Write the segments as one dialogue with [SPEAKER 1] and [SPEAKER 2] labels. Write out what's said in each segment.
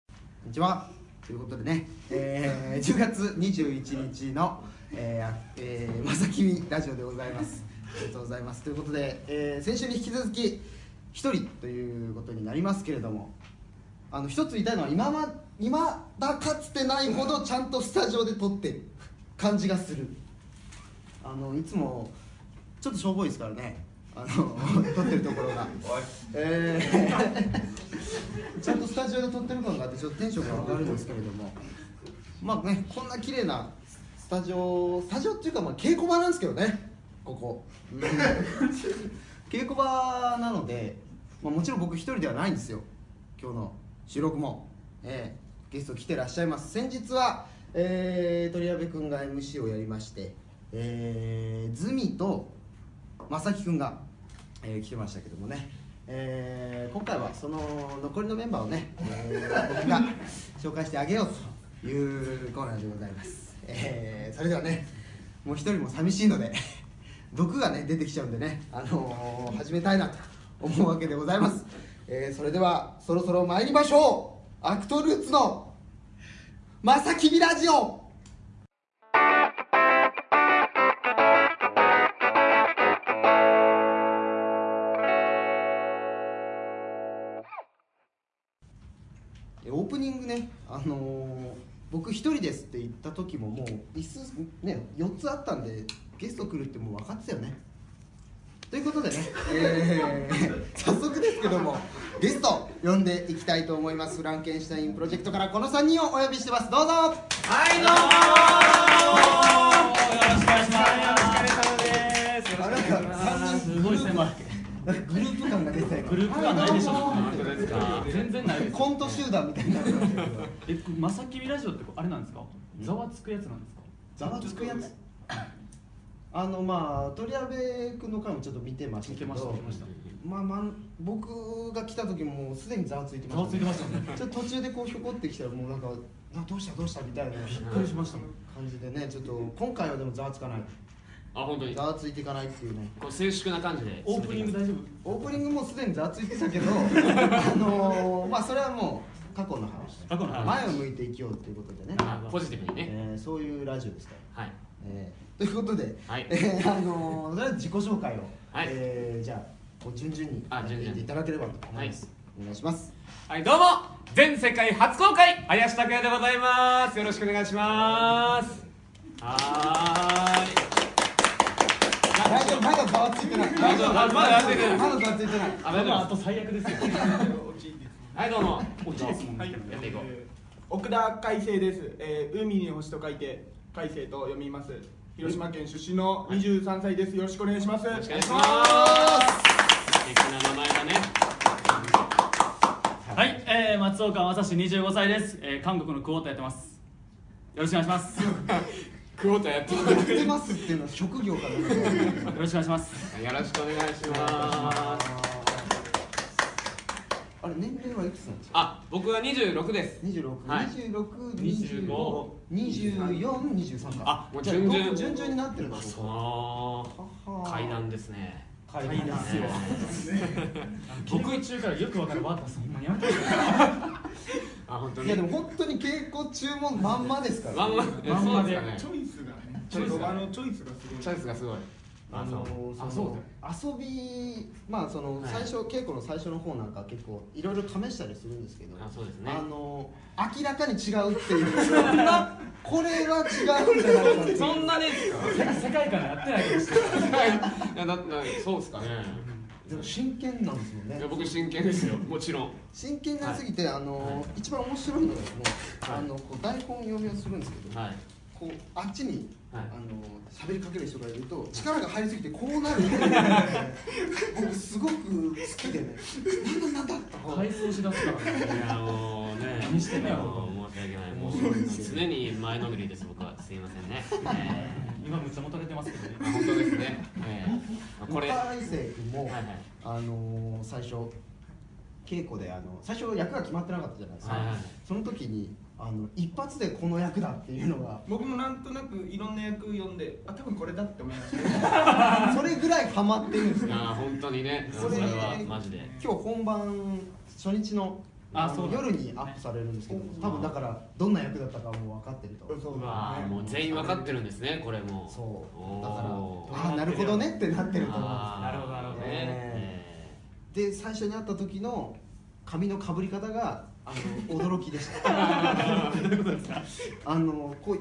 [SPEAKER 1] んにちはということでね、えー、10月21日の「えーあえーまさきみラジオ」でございますありがとうございますということで、えー先週に引き続き1人ということになりますけれどもあの一つ言いたいのは今ま今だかつてないほどちゃんとスタジオで撮ってる感じがするあのいつもちょっとしょぼいですからねあの 撮ってるところがえー ちゃんとスタジオで撮ってる感があってちょっとテンションが上がるんですけれどもまあねこんな綺麗なスタジオスタジオっていうかまあ稽古場なんですけどねこ こ、うん稽古場なので、まあ、もちろん僕一人ではないんですよ今日の収録も、えーゲスト来てらっしゃいます先日は、えー、鳥矢部君が MC をやりまして、えー、ズミと正木君が、えー来てましたけどもね、えー今回はその残りのメンバーをね、えー僕が 紹介してあげようというコーナーでございます、えーそれではねもう一人も寂しいので毒がね出てきちゃうんでね、あのー始めたいなと思うわけでございます、えーそれではそろそろ参りましょうアクトルーツの「まさきびラジオ」えオープニングね、あのー僕一人ですって言った時ももう椅子ね4つあったんでゲスト来るってもう分かってたよねということでね、えー 早速ですけどもゲスト呼んでいきたいと思いますフランケンシュタインプロジェクトからこの3人をお呼びしてますどうぞ
[SPEAKER 2] はい、どうもよろしくお願いします。
[SPEAKER 1] あなんか3人
[SPEAKER 2] すごい狭い。
[SPEAKER 1] グループ感が出てたよ
[SPEAKER 2] グループはないでしょ。全然ないです。
[SPEAKER 1] コント集団みたいになってたけど
[SPEAKER 2] え、まさきびラジオってあれなんですか？ざわつくやつなんですか？
[SPEAKER 1] ざわつくやつあのまあ鳥矢部君の回もちょっと見てましたけど
[SPEAKER 2] 見てました見てました
[SPEAKER 1] まあまあ僕が来た時ももうすでにざわついてました
[SPEAKER 2] ざわついてましたね
[SPEAKER 1] ちょっと途中でこうひょこってきたらもうなんかなどうしたどうしたみたいな
[SPEAKER 2] びっくりしましたもん。
[SPEAKER 1] 感じでねちょっと今回はでもざわつかない
[SPEAKER 3] あ本当に
[SPEAKER 1] ざわついていかないっていうね
[SPEAKER 3] こう静粛な感じで
[SPEAKER 2] オープニング大丈夫？
[SPEAKER 1] オープニングもうすでにざわついてたけ どあのーまあそれはもう過去の話
[SPEAKER 2] 過去の話
[SPEAKER 1] 前を向いていきようっていうことでね、
[SPEAKER 3] あポジティブにね、
[SPEAKER 1] えーそういうラジオですから
[SPEAKER 3] はい
[SPEAKER 1] えーということで、
[SPEAKER 3] はい
[SPEAKER 1] えーあのーとりあえず自己紹介を、
[SPEAKER 3] はい
[SPEAKER 1] えーじゃあこう順々に
[SPEAKER 3] あ順々に
[SPEAKER 1] やっていただければと思います、お願いします
[SPEAKER 3] はいどうも全世界初公開林拓也でございますよろしくお願いしますは
[SPEAKER 1] 大丈夫まだざわついてない
[SPEAKER 3] 大丈夫まだまだざわついてない
[SPEAKER 1] まだざわついてない
[SPEAKER 3] ーいあ大丈夫
[SPEAKER 2] あと最悪ですよ。
[SPEAKER 3] はいどうも
[SPEAKER 2] 落ちですもんね。
[SPEAKER 3] やっていこう
[SPEAKER 4] 奥田海星です、えー海に星と書いて海星と読みます広島県出身の23歳ですよろしくお願いします
[SPEAKER 3] よろしくお願いします素敵な名前だね
[SPEAKER 2] はい、えー、松岡正史25歳です。えー、韓国のクオータやってます。よろしくお願いします。よ
[SPEAKER 3] クオータやってる
[SPEAKER 1] やってますっていうのは職業かな
[SPEAKER 2] ろ しくお願いします。
[SPEAKER 3] よろしくお願いします
[SPEAKER 1] あれ年齢はいくつなんですか
[SPEAKER 3] あ僕は26です
[SPEAKER 1] 二十六、
[SPEAKER 3] はい
[SPEAKER 1] 二十六、
[SPEAKER 3] 25
[SPEAKER 1] 二十四、二十三か。
[SPEAKER 3] あもう
[SPEAKER 1] じゃあ
[SPEAKER 3] 順々
[SPEAKER 1] どう順々になってるんですか。
[SPEAKER 3] あ
[SPEAKER 1] は
[SPEAKER 3] あ
[SPEAKER 1] は
[SPEAKER 3] 階段ですね
[SPEAKER 1] 階段ですよ。
[SPEAKER 2] 僕中からよくわかるワードそんなにやめてくださ
[SPEAKER 3] あ本当
[SPEAKER 1] い
[SPEAKER 3] に
[SPEAKER 1] やでも本当に稽古中もまんまですから、
[SPEAKER 3] まんまえそうですかね
[SPEAKER 4] チョイスがね
[SPEAKER 3] チョイスが
[SPEAKER 4] あのチョイスがすごい
[SPEAKER 3] チョイスがすごい
[SPEAKER 1] あの
[SPEAKER 3] あ
[SPEAKER 1] その遊びまあその
[SPEAKER 3] はい
[SPEAKER 1] 最初、稽古の最初の方なんか結構いろいろ試したりするんですけど
[SPEAKER 3] あそうですね
[SPEAKER 1] あの明らかに違う っていうそんなこれは違うんじゃないかっていう
[SPEAKER 3] そんなですか
[SPEAKER 2] い。世界観やってないかもしれない。
[SPEAKER 3] いやだってそうですかね
[SPEAKER 1] でも真剣なんですもん
[SPEAKER 3] い
[SPEAKER 1] ね
[SPEAKER 3] や僕真剣ですよもちろん
[SPEAKER 1] 真剣になりすぎて、あの一番面白いのがですね、あのこう台本読みをするんですけど、
[SPEAKER 3] はい
[SPEAKER 1] こうあっちに、
[SPEAKER 3] はい
[SPEAKER 1] あの喋りかける人がいると力が入りすぎてこう なる僕すごく好きでねなんだなんだってこう
[SPEAKER 2] 回想しだすからね。
[SPEAKER 3] いやもうね
[SPEAKER 2] 何してんのよ
[SPEAKER 3] いやもう申し訳ないもう常に前のめりです僕はすいませんね、え
[SPEAKER 2] 今むっちゃ持たれてますけどね。
[SPEAKER 3] ー、本当ですね、えー、これはい
[SPEAKER 1] 岡大生君も、
[SPEAKER 3] はい
[SPEAKER 1] あのー最初稽古であの最初役が決まってなかったじゃないですか、
[SPEAKER 3] はいはい
[SPEAKER 1] その時にあの一発でこの役だっていうの が
[SPEAKER 4] 僕もなんとなくいろんな役呼んであ多分これだって思いました
[SPEAKER 1] それぐらいハマってるんです
[SPEAKER 3] いや
[SPEAKER 1] よ
[SPEAKER 3] 本当にね
[SPEAKER 1] そ
[SPEAKER 3] そ
[SPEAKER 1] れ
[SPEAKER 3] れはマジで
[SPEAKER 1] 今日本番初日の
[SPEAKER 2] あそうなんだ
[SPEAKER 1] 夜にアップされるんですけど
[SPEAKER 4] ね
[SPEAKER 1] 多分だからどんな役だったかはもう分かってると
[SPEAKER 4] うんそう
[SPEAKER 3] うわーもう全員分かってるんですねこれも
[SPEAKER 1] そうだから
[SPEAKER 3] おー
[SPEAKER 1] ああーなるほどねってなってると思うんです
[SPEAKER 3] あー
[SPEAKER 2] なるほどなるほど
[SPEAKER 3] ねえ
[SPEAKER 1] で最初に会った時の髪のかぶり方があの 驚きでしたあのこう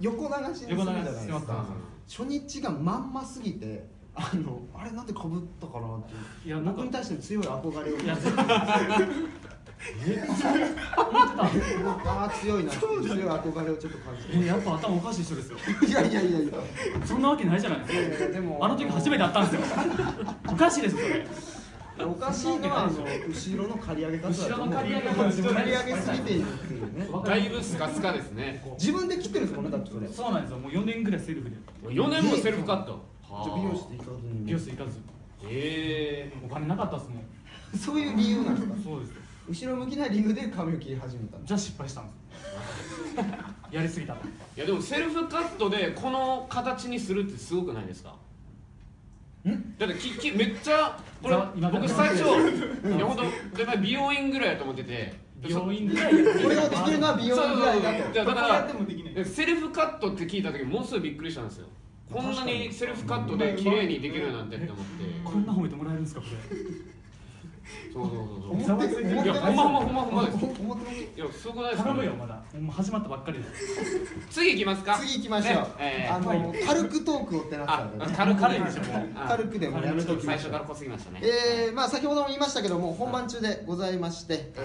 [SPEAKER 1] 横流しにするじゃないです
[SPEAKER 2] 横流ししてます
[SPEAKER 1] か初日がまんますぎてあのあれなんでかぶったかなって
[SPEAKER 2] いやなん
[SPEAKER 1] 僕
[SPEAKER 2] か
[SPEAKER 1] に対しての強い憧れを
[SPEAKER 2] いや
[SPEAKER 1] ああ強いなっていう強い憧れをちょっと感じ
[SPEAKER 2] えやっぱ頭お かしい人ですよ
[SPEAKER 1] ていやいやいやいや
[SPEAKER 2] そんなわけないじゃないですか
[SPEAKER 1] でも
[SPEAKER 2] あの時初めて会ったんですよおかしいですよそれ
[SPEAKER 1] おかしいのはあの後ろの刈り上げ方だと思う
[SPEAKER 2] 後ろの刈り上げ
[SPEAKER 1] 刈り上げすぎているっていうね
[SPEAKER 3] だいぶスカスカですね
[SPEAKER 1] 自分で切ってるんですもんねだってそれ
[SPEAKER 2] そうなんですよもう4年ぐらいセルフで
[SPEAKER 3] 4年もセルフカット
[SPEAKER 1] じゃあ美容室行かずに
[SPEAKER 2] 美容室行かず
[SPEAKER 3] え
[SPEAKER 2] お金なかったっすもん
[SPEAKER 1] そういう理由なんですか
[SPEAKER 2] そうですよ
[SPEAKER 1] 後ろ向きな理由で髪を切り始めたんです
[SPEAKER 2] じゃあ失敗したんですやりすぎたと
[SPEAKER 3] えいやでもセルフカットでこの形にするってすごくないですかだってききめっちゃこれ
[SPEAKER 2] ざ今から
[SPEAKER 3] 僕最初いや本当でまあ美容院ぐらいやと思ってて
[SPEAKER 2] 病院ぐらいやって
[SPEAKER 1] これができるのは美容ぐらいだ
[SPEAKER 3] そうそうそう
[SPEAKER 1] と
[SPEAKER 3] じゃあだ
[SPEAKER 4] どこ
[SPEAKER 3] か
[SPEAKER 4] やっ
[SPEAKER 3] ら
[SPEAKER 4] てもできない
[SPEAKER 3] セルフカットって聞いた時ものすごいびっくりしたんですよこんなにセルフカットで綺麗にできるなんてって思って
[SPEAKER 2] こんな褒めてもらえるんですかこ
[SPEAKER 3] そうそうそう
[SPEAKER 1] 思ってる
[SPEAKER 3] そういやほんまほんまほんまほんまです
[SPEAKER 1] 思ってます
[SPEAKER 3] いやすごくな
[SPEAKER 2] れ
[SPEAKER 3] いですか
[SPEAKER 2] 頼むよまだもう始まったばっかりです
[SPEAKER 3] 次行きますか
[SPEAKER 1] 次行きましょう
[SPEAKER 3] ねえー
[SPEAKER 1] あの軽くトークをってなった
[SPEAKER 3] あ
[SPEAKER 1] んでね
[SPEAKER 3] 軽く
[SPEAKER 2] 軽いでしょもう
[SPEAKER 3] あ
[SPEAKER 1] 軽くでもやめときま
[SPEAKER 3] 最
[SPEAKER 1] しょ
[SPEAKER 3] 初
[SPEAKER 1] う
[SPEAKER 3] から濃すぎましたね
[SPEAKER 1] えーまあ、先ほども言いましたけども本番中でございまして、
[SPEAKER 3] そう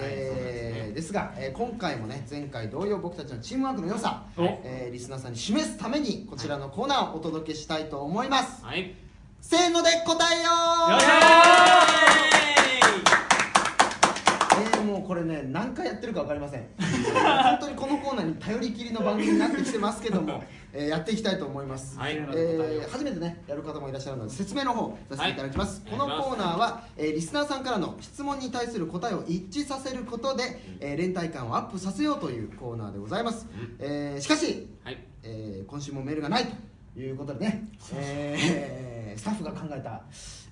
[SPEAKER 3] です
[SPEAKER 1] え
[SPEAKER 3] ね
[SPEAKER 1] ーですが、えー今回もね前回同様僕たちのチームワークの良さ、
[SPEAKER 2] お
[SPEAKER 1] えーリスナーさんに示すためにこちらのコーナーをお届けしたいと思います、
[SPEAKER 3] はい
[SPEAKER 1] せーので答えよう
[SPEAKER 2] よっし
[SPEAKER 1] えー、もうこれね何回やってるか分かりません本当にこのコーナーに頼りきりの番組になってきてますけど も、えーやっていきたいと思います、
[SPEAKER 3] はい
[SPEAKER 1] えー初めてねやる方もいらっしゃるので説明の方させていただきます、
[SPEAKER 3] は
[SPEAKER 1] こ
[SPEAKER 3] い
[SPEAKER 1] のコーナーは、えーリスナーさんからの質問に対する答えを一致させることで、えー連帯感をアップさせようというコーナーでございます、
[SPEAKER 3] うん
[SPEAKER 1] えーしかし、
[SPEAKER 3] はい
[SPEAKER 1] えー今週もメールがないということでね、えースタッフが考えた、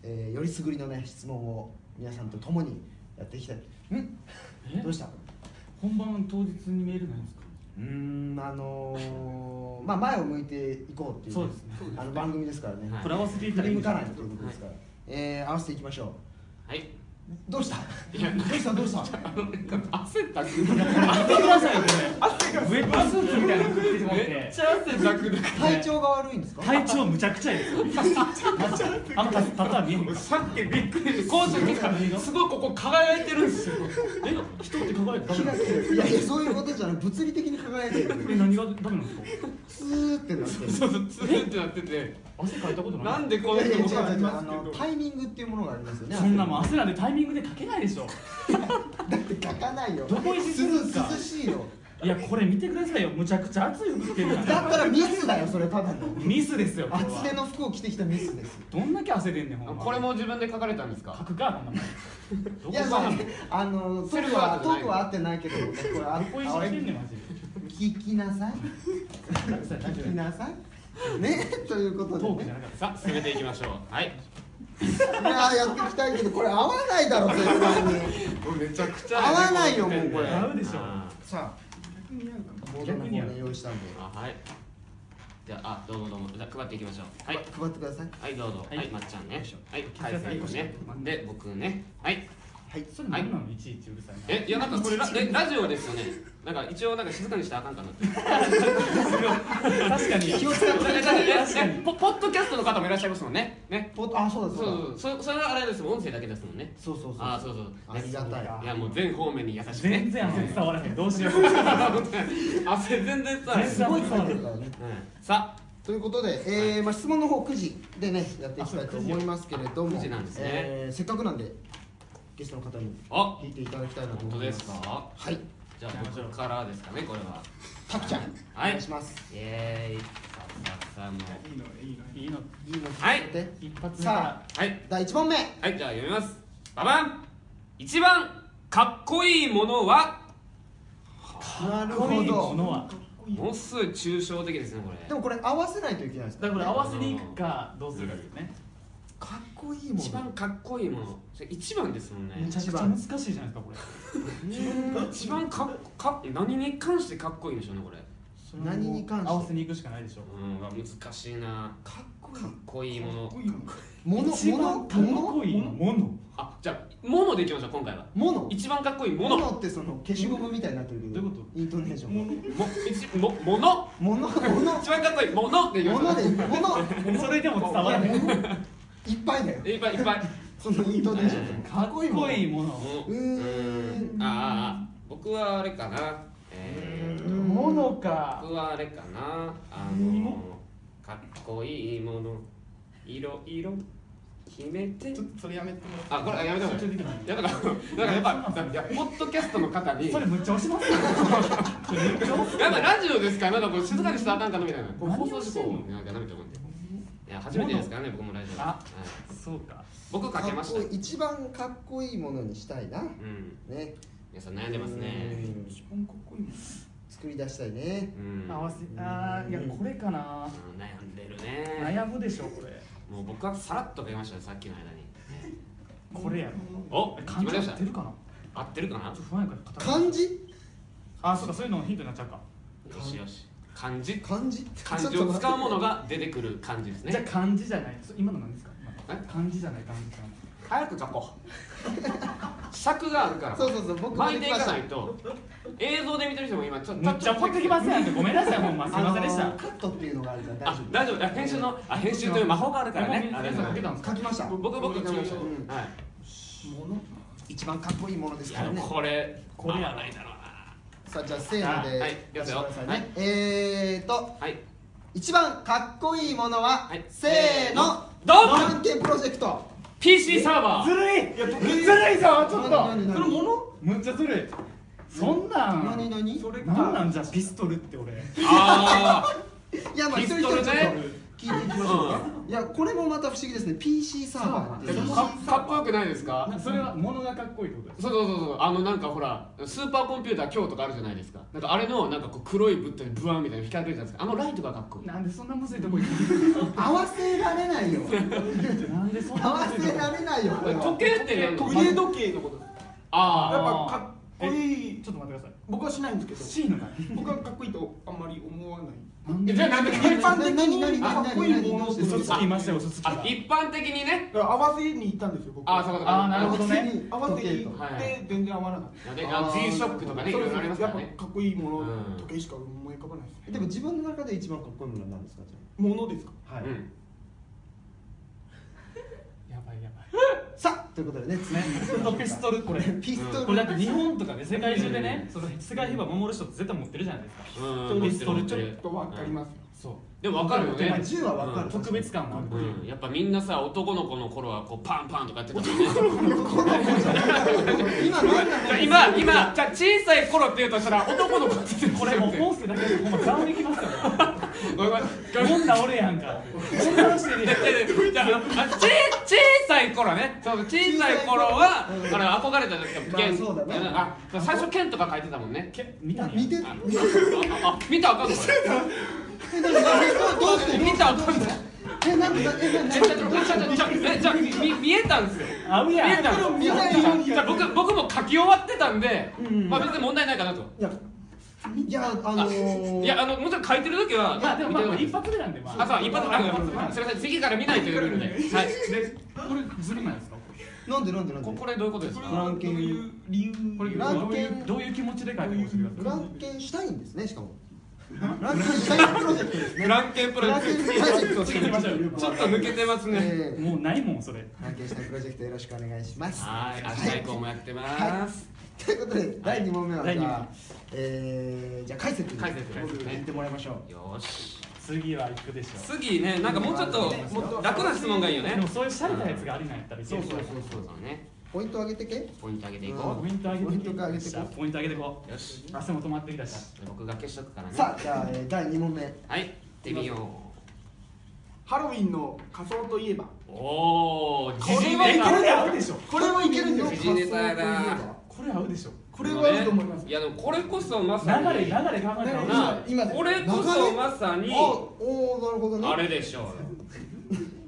[SPEAKER 1] えーよりすぐりのね質問を皆さんと共にやっていきたいんどうした
[SPEAKER 2] 本番当日にメールないんですか
[SPEAKER 1] うーんあの ーまあ前を向いていこうっていう,、
[SPEAKER 2] そうですね
[SPEAKER 1] あの番組ですからね、
[SPEAKER 3] はい
[SPEAKER 2] これ合わせてい
[SPEAKER 1] 振
[SPEAKER 2] ただい
[SPEAKER 1] り向
[SPEAKER 2] ていいです
[SPEAKER 1] かないということですから、えー合わせていきましょう
[SPEAKER 3] はい
[SPEAKER 1] どうした
[SPEAKER 3] いや
[SPEAKER 1] どうしたどうした
[SPEAKER 3] 汗だく
[SPEAKER 2] 見てくださいよこれウェットスーツみたいなの着てしまっ
[SPEAKER 3] め
[SPEAKER 2] て
[SPEAKER 3] っちゃ汗だくだか
[SPEAKER 1] 体調が悪いんですか
[SPEAKER 2] 体調むちゃくちゃいいですよあんまたたた見えへんから
[SPEAKER 3] らさっきびっくりしてコーチの時からすごいここ輝いてるんですよ
[SPEAKER 2] え人って輝いてダメ
[SPEAKER 1] 気が
[SPEAKER 2] なん
[SPEAKER 1] す
[SPEAKER 2] です
[SPEAKER 1] るいやいやそういうことじゃない物理的に輝いて
[SPEAKER 2] か
[SPEAKER 1] る
[SPEAKER 2] え何がダメなんですか
[SPEAKER 1] スーってなってる
[SPEAKER 3] そうそうツーってなってて
[SPEAKER 2] 汗かいたことない
[SPEAKER 3] なんでこ
[SPEAKER 1] い
[SPEAKER 3] の
[SPEAKER 1] やいや違う
[SPEAKER 3] 人
[SPEAKER 1] 違う違うあ
[SPEAKER 4] あ
[SPEAKER 1] の
[SPEAKER 4] の
[SPEAKER 1] タイミングっていうものがありますよね
[SPEAKER 2] そんなもん汗なんでタイミングでかけないでしょ
[SPEAKER 1] だって書かないよ
[SPEAKER 2] どこ行ってくるんですか
[SPEAKER 1] 涼しいよ
[SPEAKER 2] いやこれ見てくださいよむちゃくちゃ暑い服着てるか
[SPEAKER 1] だっ
[SPEAKER 2] ら
[SPEAKER 1] たらミスだよそれただの
[SPEAKER 2] ミスですよこれは
[SPEAKER 1] 厚手の服を着てきたミスです
[SPEAKER 2] どんだけ汗出んねんほんま
[SPEAKER 3] これも自分で書かれたんですか
[SPEAKER 2] 書くかこんなもんどこ
[SPEAKER 1] いやまあねあのト
[SPEAKER 3] セ
[SPEAKER 1] ー
[SPEAKER 3] ル
[SPEAKER 1] ク
[SPEAKER 3] フア
[SPEAKER 1] は
[SPEAKER 3] ー
[SPEAKER 1] ト
[SPEAKER 3] ト
[SPEAKER 1] ー
[SPEAKER 3] じゃない
[SPEAKER 1] クは合ってないけどねこれあ
[SPEAKER 2] どこ行ってんねんマジで
[SPEAKER 1] 聞きなさい聞きなさいねというこ
[SPEAKER 2] ト
[SPEAKER 1] とで
[SPEAKER 2] ークじゃ
[SPEAKER 1] ね
[SPEAKER 2] なかった
[SPEAKER 3] さあ進めていきましょうはい
[SPEAKER 1] いやーやっていきたいけどこれ合わないだろ絶対に
[SPEAKER 3] めちゃくち
[SPEAKER 1] ゃ合わないよもうこれ
[SPEAKER 2] 合うでしょ
[SPEAKER 1] さあボードの
[SPEAKER 2] 逆
[SPEAKER 1] 方
[SPEAKER 2] にや
[SPEAKER 1] ね用意したんで
[SPEAKER 3] あはいじゃああどうもどうもじゃあ配っていきましょうはい
[SPEAKER 1] 配ってください
[SPEAKER 3] はいどうぞ
[SPEAKER 2] は
[SPEAKER 3] はいい、まっちゃんねはい
[SPEAKER 2] 聞いてください
[SPEAKER 3] 海星ねで僕ねはい
[SPEAKER 1] はい
[SPEAKER 2] それ何なのいちいちうるさいな
[SPEAKER 3] えいやなんかこれラえラジオですよねなんか一応なんか静かにしたらあかんかなって
[SPEAKER 2] 確かに
[SPEAKER 1] 気を使って
[SPEAKER 3] なんかなんかねねポポッドキャストの方もいらっしゃいますもんねね
[SPEAKER 1] ポあそうだ
[SPEAKER 3] そう
[SPEAKER 1] そうだ
[SPEAKER 3] そうそうそれはあれですもん音声だけですもんね
[SPEAKER 1] そうそうそう
[SPEAKER 3] あそうそう
[SPEAKER 1] ありがたい
[SPEAKER 3] いやもう全方面に優しく
[SPEAKER 2] 全
[SPEAKER 3] ね
[SPEAKER 2] 然汗伝わらへんどうしようは
[SPEAKER 3] 汗全然さ
[SPEAKER 1] すごい伝わってるからね
[SPEAKER 3] さあ
[SPEAKER 1] ということで、えーまあ、質問の方9時でねやっていきたいと思いますけれども
[SPEAKER 3] あ9時なんですね
[SPEAKER 1] えーせっかくなんでゲストの方に
[SPEAKER 3] あ
[SPEAKER 1] 聞いていただきたいなと
[SPEAKER 3] 本
[SPEAKER 1] 思
[SPEAKER 3] 当
[SPEAKER 1] い
[SPEAKER 3] で
[SPEAKER 1] ますす
[SPEAKER 3] か
[SPEAKER 1] はい
[SPEAKER 3] じゃあ僕からですかねこれは
[SPEAKER 1] タクちゃん、
[SPEAKER 3] はい
[SPEAKER 1] お願いします
[SPEAKER 3] イエーイさあさあさあもう
[SPEAKER 4] いいのいいの
[SPEAKER 2] いいの
[SPEAKER 1] いいの
[SPEAKER 3] はい
[SPEAKER 1] 聞て
[SPEAKER 2] 一発目
[SPEAKER 1] さ
[SPEAKER 2] か
[SPEAKER 3] はい
[SPEAKER 1] 第1問目
[SPEAKER 3] はい、じゃあ読みます。ババン一番かっこいいものは、
[SPEAKER 1] なる
[SPEAKER 2] らかっこいいものは
[SPEAKER 3] ものすごい抽象的ですね、これ。
[SPEAKER 1] でもこれ合わせないといけないです
[SPEAKER 2] だ
[SPEAKER 1] か
[SPEAKER 2] から合わせに行くかどうするかですね
[SPEAKER 1] かっこいいもん
[SPEAKER 3] 一番かっこいいものそれ一番ですもんね
[SPEAKER 2] めちゃくちゃ難しいじゃないですかこれ
[SPEAKER 3] 一番かっか何に関してかっこいいんでしょうねこれ
[SPEAKER 1] 何に関して
[SPEAKER 2] 合わせに行くしかないでしょ
[SPEAKER 3] うんうわ難しいな
[SPEAKER 1] かっこい
[SPEAKER 3] かっこいいもの
[SPEAKER 4] いいの
[SPEAKER 1] もの
[SPEAKER 2] 一番かっ
[SPEAKER 1] も
[SPEAKER 2] こいいもの
[SPEAKER 3] あじゃあものでいきましょう今回は
[SPEAKER 1] のもの
[SPEAKER 3] 一番かっこいいも
[SPEAKER 1] も
[SPEAKER 3] の
[SPEAKER 1] のってその消しゴムみたいになってるけど
[SPEAKER 2] どういうこと
[SPEAKER 1] イントネーション
[SPEAKER 3] も一ももの
[SPEAKER 1] ものもの
[SPEAKER 3] 一番かっこいいものっていきま
[SPEAKER 1] も
[SPEAKER 3] し
[SPEAKER 1] の
[SPEAKER 3] ょう
[SPEAKER 1] でもの
[SPEAKER 2] それでも伝わらないか
[SPEAKER 1] いっぱいだよ
[SPEAKER 3] いっぱいいっぱい
[SPEAKER 1] そのイントネーションと
[SPEAKER 2] っこいいも
[SPEAKER 3] も
[SPEAKER 2] の
[SPEAKER 3] の
[SPEAKER 1] うーん
[SPEAKER 3] あああ僕はあれかなえー、
[SPEAKER 2] ものか
[SPEAKER 3] 僕はあれかなあ
[SPEAKER 2] 何
[SPEAKER 3] の
[SPEAKER 2] も
[SPEAKER 3] かっこいいものいろいろ決めて
[SPEAKER 4] ちょっとそれやめてもら
[SPEAKER 3] あこれあやめたほうがいいいやだからなんかやっぱいやポッドキャストの方 に
[SPEAKER 2] それむっちゃ押しますよそれむっちゃ押す
[SPEAKER 3] やっぱラジオですからなんかこう静かにしたらあかんかなみたいなこう放
[SPEAKER 2] 何
[SPEAKER 3] 送
[SPEAKER 2] を
[SPEAKER 3] 事
[SPEAKER 2] し
[SPEAKER 3] 故
[SPEAKER 2] てんの
[SPEAKER 3] をなんかなめて思っていや初めてですからね僕もラジオ
[SPEAKER 2] あ
[SPEAKER 3] はい
[SPEAKER 2] そうか
[SPEAKER 3] 僕かけました
[SPEAKER 1] かっこいい一番かっこいいものにしたいな
[SPEAKER 3] うん
[SPEAKER 1] ね
[SPEAKER 3] 皆さん悩んでますね
[SPEAKER 1] うん
[SPEAKER 4] 一番かっこいいの
[SPEAKER 1] 作り出したいね
[SPEAKER 3] うん
[SPEAKER 2] 合わせあーいやこれかな
[SPEAKER 3] うん悩んでるね
[SPEAKER 2] 悩むでしょこれ
[SPEAKER 3] もう僕はさらっとかけましたよさっきの間に
[SPEAKER 2] これやろ
[SPEAKER 3] お決
[SPEAKER 2] 感
[SPEAKER 3] ま
[SPEAKER 2] じ
[SPEAKER 3] り
[SPEAKER 2] 合
[SPEAKER 3] ま
[SPEAKER 2] っ
[SPEAKER 3] した
[SPEAKER 2] てるかな
[SPEAKER 3] 合ってるか
[SPEAKER 2] ちょ
[SPEAKER 3] な
[SPEAKER 2] っと不安やから固め
[SPEAKER 1] 漢字
[SPEAKER 2] あそうかそういうのもヒントになっちゃうか
[SPEAKER 3] よしよし漢字
[SPEAKER 1] 漢字
[SPEAKER 3] 漢字を使うものが出てくる漢字です
[SPEAKER 2] じゃあ
[SPEAKER 3] ね
[SPEAKER 2] 漢字じゃないそ今の何ですか今
[SPEAKER 3] え
[SPEAKER 2] の漢字じゃない漢字漢
[SPEAKER 3] 早く書こう尺があるから
[SPEAKER 1] そうそうそう僕も
[SPEAKER 3] 巻
[SPEAKER 1] で
[SPEAKER 3] いて
[SPEAKER 1] き
[SPEAKER 3] い
[SPEAKER 1] ま
[SPEAKER 3] か
[SPEAKER 1] し
[SPEAKER 3] な
[SPEAKER 1] た
[SPEAKER 3] いと映像で見てる人も今ちょっ
[SPEAKER 2] 字
[SPEAKER 3] と
[SPEAKER 2] むっちゃポッドキャストなんでごめんなさいほんますすいませんでし
[SPEAKER 1] あ
[SPEAKER 2] た
[SPEAKER 1] のーカットっていうのがあるから大
[SPEAKER 3] あ
[SPEAKER 1] 丈夫
[SPEAKER 3] 大丈夫あ編集のあ編集という魔法があるからね
[SPEAKER 2] あ
[SPEAKER 3] あ大
[SPEAKER 2] れ
[SPEAKER 3] 丈
[SPEAKER 2] さ
[SPEAKER 3] 夫
[SPEAKER 2] けたんです
[SPEAKER 1] 書
[SPEAKER 2] か
[SPEAKER 1] きました
[SPEAKER 3] 僕僕書きましたね
[SPEAKER 1] うん
[SPEAKER 3] はい
[SPEAKER 4] もの
[SPEAKER 1] 一番かっこいいもので
[SPEAKER 3] い
[SPEAKER 1] すか
[SPEAKER 3] や
[SPEAKER 1] らね
[SPEAKER 3] これ
[SPEAKER 2] これやろ
[SPEAKER 3] 合わないだろうな
[SPEAKER 1] さあじゃあせーの
[SPEAKER 3] あはい
[SPEAKER 1] で出
[SPEAKER 3] いきます
[SPEAKER 1] して
[SPEAKER 3] よ
[SPEAKER 1] ください
[SPEAKER 3] はい
[SPEAKER 1] ねえーと
[SPEAKER 3] はい
[SPEAKER 1] 一番かっこいいものは
[SPEAKER 3] はい
[SPEAKER 1] せーの
[SPEAKER 3] ドン
[SPEAKER 1] 探検プロジェクト
[SPEAKER 3] PC サーバ
[SPEAKER 2] ず
[SPEAKER 3] ー
[SPEAKER 2] るいずるいぞちょっと
[SPEAKER 1] 何何何
[SPEAKER 2] それものむっちゃずるいそんなん
[SPEAKER 1] 何何それか
[SPEAKER 2] なんなんじゃピストルって俺
[SPEAKER 3] あ
[SPEAKER 1] いやまあ
[SPEAKER 3] ピ
[SPEAKER 1] 一人
[SPEAKER 3] ス
[SPEAKER 1] 一
[SPEAKER 3] トル
[SPEAKER 1] 人ちょっと
[SPEAKER 3] ね
[SPEAKER 1] 聞いていきましょうかいやこれもまた不思議ですね PC サーバーってい
[SPEAKER 3] ー
[SPEAKER 1] う
[SPEAKER 3] かかっこよくないですか
[SPEAKER 2] なそれはものがかっこいいってことです
[SPEAKER 3] そうそうそうそうあのなんかほらスーパーコンピューター今日とかあるじゃないですかなんかあれのなんかこう黒い物体ブワーみたいなの光るじゃないですかあのライトがかっこいい
[SPEAKER 2] なんでそんなむずいとこ行
[SPEAKER 1] 合わせられないよ
[SPEAKER 2] くのなんでそん
[SPEAKER 1] 合
[SPEAKER 2] な
[SPEAKER 1] わ
[SPEAKER 2] むず
[SPEAKER 1] せ
[SPEAKER 2] いとこ
[SPEAKER 1] られないよこれは
[SPEAKER 3] 時計ってね
[SPEAKER 4] 腕時計のことですや
[SPEAKER 3] あ
[SPEAKER 4] っぱかっこいい
[SPEAKER 2] ちょっと待ってくださ
[SPEAKER 4] 僕はしないんで
[SPEAKER 2] い
[SPEAKER 4] す
[SPEAKER 2] C のが
[SPEAKER 4] けど僕はかっこいいとあんまり思わない
[SPEAKER 2] なん
[SPEAKER 3] あじゃあなんで
[SPEAKER 1] 一
[SPEAKER 3] 一般
[SPEAKER 1] 般的にかっこいいもの
[SPEAKER 2] 嘘つきいましたよ嘘つき
[SPEAKER 3] あ一般的にね
[SPEAKER 4] だから合わせに行ったんですよ僕
[SPEAKER 3] あーそうかそうか
[SPEAKER 2] あーなるほどね
[SPEAKER 4] 合わせに行
[SPEAKER 3] は
[SPEAKER 4] っ
[SPEAKER 3] い
[SPEAKER 4] て全然合わなかった
[SPEAKER 3] なんであ
[SPEAKER 1] あー
[SPEAKER 3] G ショックとかねい
[SPEAKER 4] そう
[SPEAKER 3] ろ
[SPEAKER 4] で
[SPEAKER 3] い
[SPEAKER 4] す
[SPEAKER 3] ろありますか
[SPEAKER 4] やっ
[SPEAKER 3] ら
[SPEAKER 4] ぱ
[SPEAKER 3] ね
[SPEAKER 4] かっこいいもの、
[SPEAKER 3] うん
[SPEAKER 4] 時計しか思い浮かばないですね
[SPEAKER 1] でも自分の中で一番かっこいいものは何ですかじ
[SPEAKER 4] ものですか
[SPEAKER 1] ゃあはい、
[SPEAKER 3] うん
[SPEAKER 2] やばいやばい
[SPEAKER 1] さあということでね次に行きましょうか
[SPEAKER 2] ピストルこれ
[SPEAKER 1] ピストル
[SPEAKER 2] これだって日本とかね世界中でねその世界平和守る人って絶対持ってるじゃないですか
[SPEAKER 3] うん
[SPEAKER 2] ピストル
[SPEAKER 3] 持ってる持ってる
[SPEAKER 4] ちょっとわかりますよ、
[SPEAKER 2] そう
[SPEAKER 3] でもわかるよ
[SPEAKER 1] まあ
[SPEAKER 3] ね
[SPEAKER 1] 銃はわかる、
[SPEAKER 2] 特別感もあるって
[SPEAKER 3] う
[SPEAKER 2] いうん
[SPEAKER 3] やっぱみんなさ男の子の頃はこうパンパンとかやってたもんね
[SPEAKER 1] 今何なの
[SPEAKER 3] じゃあ今今じゃあ小さい頃っていうとしたら男の子って
[SPEAKER 2] こ
[SPEAKER 3] こ
[SPEAKER 2] れ
[SPEAKER 3] れ
[SPEAKER 2] もう
[SPEAKER 3] もごめん
[SPEAKER 2] 音声だけでほんま顔にきますから
[SPEAKER 3] ごめん
[SPEAKER 2] もんなおるやんかもんなおしてるやん
[SPEAKER 3] じゃああち小さい頃ねそう小さい頃はあれ憧れたじゃないです
[SPEAKER 1] ま
[SPEAKER 3] か
[SPEAKER 1] あ
[SPEAKER 3] 剣
[SPEAKER 1] そうだね
[SPEAKER 3] あ最初剣とか書いてたもんね
[SPEAKER 2] け見たんや
[SPEAKER 1] 見て
[SPEAKER 3] あああ見たらあかんのこれ
[SPEAKER 1] え何何どうして
[SPEAKER 3] 見たらあかんの
[SPEAKER 1] えなんでえなん
[SPEAKER 3] え
[SPEAKER 1] で
[SPEAKER 3] ちょちょちょちょえじゃあみ見えたんですよ
[SPEAKER 2] 合う
[SPEAKER 3] 見
[SPEAKER 2] や
[SPEAKER 3] え
[SPEAKER 2] ん
[SPEAKER 3] たん
[SPEAKER 1] 見
[SPEAKER 3] です
[SPEAKER 1] たい
[SPEAKER 3] よじゃあ僕僕も書き終わってたんで
[SPEAKER 1] うん
[SPEAKER 3] まあ別に問題ないかなと
[SPEAKER 1] いやいやあのー、
[SPEAKER 3] いやあのもちろん書いてる時は
[SPEAKER 2] まあでも
[SPEAKER 3] 見
[SPEAKER 2] ま
[SPEAKER 3] て
[SPEAKER 2] あ
[SPEAKER 3] なかったで
[SPEAKER 2] 一
[SPEAKER 3] す
[SPEAKER 2] 発でなんでまあ
[SPEAKER 3] あそう一発あごめんすみません次から見ないというルールではい
[SPEAKER 2] でこれずるないですか
[SPEAKER 1] なんでなんでなんで
[SPEAKER 3] ここれどういうことです
[SPEAKER 4] それ
[SPEAKER 3] か
[SPEAKER 1] ラ
[SPEAKER 4] は
[SPEAKER 1] ン
[SPEAKER 4] どう
[SPEAKER 1] キング
[SPEAKER 4] いう理由
[SPEAKER 2] これど
[SPEAKER 1] ラン
[SPEAKER 2] う
[SPEAKER 1] ケ
[SPEAKER 2] い
[SPEAKER 1] ン
[SPEAKER 2] うどういう気持ちで書いてほしいです
[SPEAKER 1] ブラ
[SPEAKER 2] か
[SPEAKER 1] ンケンしたいんですねしかもランケンしたいプロジェクトですね
[SPEAKER 3] フランケンプ
[SPEAKER 1] ブ
[SPEAKER 3] ロ
[SPEAKER 1] ラン
[SPEAKER 3] レ
[SPEAKER 1] ケン
[SPEAKER 3] ス
[SPEAKER 1] プロジェクト
[SPEAKER 2] 次行きましょうよ
[SPEAKER 3] ちょっと抜けてますね
[SPEAKER 1] えー
[SPEAKER 2] もうないもんそれ
[SPEAKER 1] ランケンしたいプロジェクトよろしくお願いします
[SPEAKER 3] はい明日以降もやってます
[SPEAKER 1] ということで第2問目は
[SPEAKER 2] 第
[SPEAKER 1] じ
[SPEAKER 2] 二
[SPEAKER 1] ゃ
[SPEAKER 2] 問
[SPEAKER 1] あえーじゃあ解説
[SPEAKER 3] 解説
[SPEAKER 1] 僕
[SPEAKER 3] ね
[SPEAKER 1] 言ってもらいましょう
[SPEAKER 3] よし
[SPEAKER 2] 次は行くでしょ
[SPEAKER 3] 次ねなんかもうちょっと
[SPEAKER 1] ね
[SPEAKER 3] もっと楽な質問がいいよ
[SPEAKER 2] で
[SPEAKER 3] ね
[SPEAKER 2] もそういうシャレたやつがありなんやったらいける
[SPEAKER 1] そうそうそう
[SPEAKER 3] そうそうね
[SPEAKER 1] ポイント上げてけ
[SPEAKER 3] ポイント上げてい
[SPEAKER 1] そ
[SPEAKER 3] こ
[SPEAKER 2] ポイント上げて
[SPEAKER 1] ポイント上げてこう
[SPEAKER 2] ポイント上げてこ
[SPEAKER 3] うよし
[SPEAKER 2] う汗も止まってきたし
[SPEAKER 3] 僕が消しとくからね
[SPEAKER 1] さあじゃあえー第2問目
[SPEAKER 3] はい行ってみよう
[SPEAKER 4] ハロウィンの仮装といえば
[SPEAKER 3] おお
[SPEAKER 2] こ
[SPEAKER 3] 自信
[SPEAKER 2] れ
[SPEAKER 3] ネタ
[SPEAKER 2] 合うでしょ
[SPEAKER 1] これもいけるん
[SPEAKER 3] よ
[SPEAKER 1] です
[SPEAKER 3] 時事ネタやな
[SPEAKER 2] これ合うでしょ
[SPEAKER 4] これはいいと思います
[SPEAKER 3] いやでもこれこそま
[SPEAKER 2] 流
[SPEAKER 3] さに
[SPEAKER 2] れ流れ考えたら合うでしょ
[SPEAKER 3] な
[SPEAKER 1] 今今
[SPEAKER 3] これこそまさ
[SPEAKER 1] あ
[SPEAKER 3] に
[SPEAKER 1] おおーなるほどね
[SPEAKER 3] あれでしょう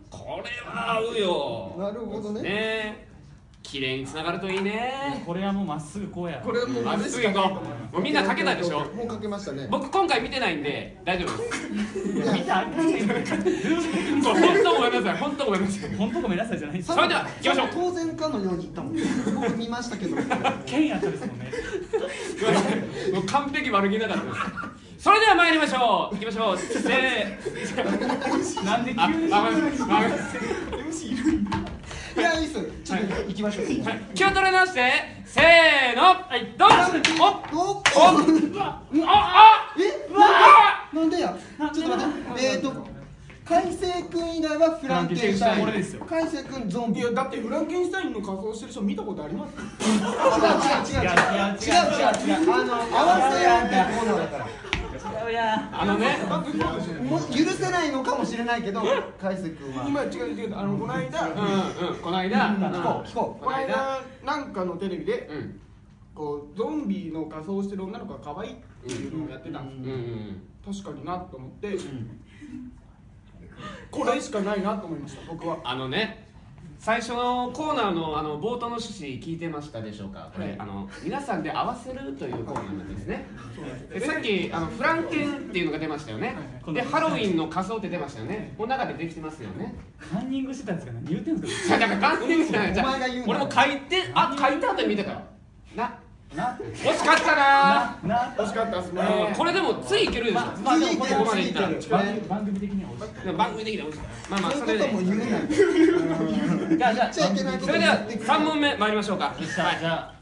[SPEAKER 3] ここれは合うよ
[SPEAKER 1] なるほどね
[SPEAKER 3] ね綺麗につながるといいね
[SPEAKER 2] これはもうまっすぐこうや
[SPEAKER 1] これはもう
[SPEAKER 3] まっすぐ行こうもうみんなかけたでしょ
[SPEAKER 1] もうかけましたね
[SPEAKER 3] 僕今回見てないんで大丈夫です
[SPEAKER 2] いや見たらあかんねん
[SPEAKER 3] もう本当ごめんなさい本当ごめんなさい
[SPEAKER 2] 本当ごめんなさいじゃないです
[SPEAKER 3] それでは行きましょう
[SPEAKER 1] 当然かのように言ったもん僕見ましたけど
[SPEAKER 2] 剣やったですもんね
[SPEAKER 3] ごめんなさいもう完璧悪気なかったですそれでは参りましょう行きましょうせー
[SPEAKER 2] なんで急
[SPEAKER 3] あ、
[SPEAKER 2] に
[SPEAKER 3] あごめんなさいごめんなさい
[SPEAKER 4] MC いるんだ
[SPEAKER 1] いやいいっすちょっと行きましょう
[SPEAKER 3] はい気を取り直してせーのはいどうぞお
[SPEAKER 1] お
[SPEAKER 3] あ
[SPEAKER 1] え
[SPEAKER 3] ああ
[SPEAKER 1] なんでやちょっと待ってえっと海星君以外はフランケンシュタイン
[SPEAKER 2] フランケンシュタ
[SPEAKER 1] 海星君ゾンビ
[SPEAKER 4] いやだってフランケンシュタインの仮装してる人見たことありま
[SPEAKER 1] 違
[SPEAKER 4] す
[SPEAKER 1] う違う違う違う違う違う違う違うあの合わせやんってコーナーだか
[SPEAKER 2] 違うや
[SPEAKER 3] あのね
[SPEAKER 1] らもう許せないのかもしれないけど海瀬君は
[SPEAKER 4] 今違う違うあのこの間、
[SPEAKER 3] うんうんこの間うん
[SPEAKER 1] 聞こう聞こ
[SPEAKER 4] この間なんかのテレビで
[SPEAKER 3] うん
[SPEAKER 4] こうゾンビの仮装してる女の子が可愛いっていうのをやってたんです、
[SPEAKER 3] うんうん
[SPEAKER 4] 確かになと思って、これしかないなと思いました僕は
[SPEAKER 3] あのね最初のコーナーのあの冒頭の趣旨聞いてましたでしょうかこれ、
[SPEAKER 4] はい
[SPEAKER 3] あの皆さんで合わせるというコーナーなんですねでさっきあのフランケンっていうのが出ましたよね
[SPEAKER 2] はい
[SPEAKER 3] でハロウィンの仮装って出ましたよねこの中でできてますよね
[SPEAKER 2] カンニングしてたんですか何言ってんです
[SPEAKER 3] じゃあだから完成じゃないじゃ
[SPEAKER 1] お
[SPEAKER 3] あ
[SPEAKER 1] 前が言うな
[SPEAKER 3] 俺も書いてあ書いた後に見たからな
[SPEAKER 2] かな
[SPEAKER 3] 惜しかったな
[SPEAKER 2] なな
[SPEAKER 4] 惜しかったですね、
[SPEAKER 3] うんこれでもついいけるでしょ、
[SPEAKER 2] まあでもここまでいったら
[SPEAKER 1] 次行ける
[SPEAKER 2] 番組番組的には惜しい
[SPEAKER 3] でも番組的には惜しかったまあまあ
[SPEAKER 1] そう
[SPEAKER 3] そ
[SPEAKER 1] い
[SPEAKER 3] れ
[SPEAKER 1] う
[SPEAKER 3] で
[SPEAKER 1] ことも言うなよ
[SPEAKER 2] じゃあじゃあ
[SPEAKER 1] ちゃいけないこ
[SPEAKER 3] そ
[SPEAKER 1] と
[SPEAKER 3] れで
[SPEAKER 1] 言
[SPEAKER 3] は
[SPEAKER 1] ってくれ
[SPEAKER 3] 3問目参りましょうか
[SPEAKER 2] よっしゃじゃあ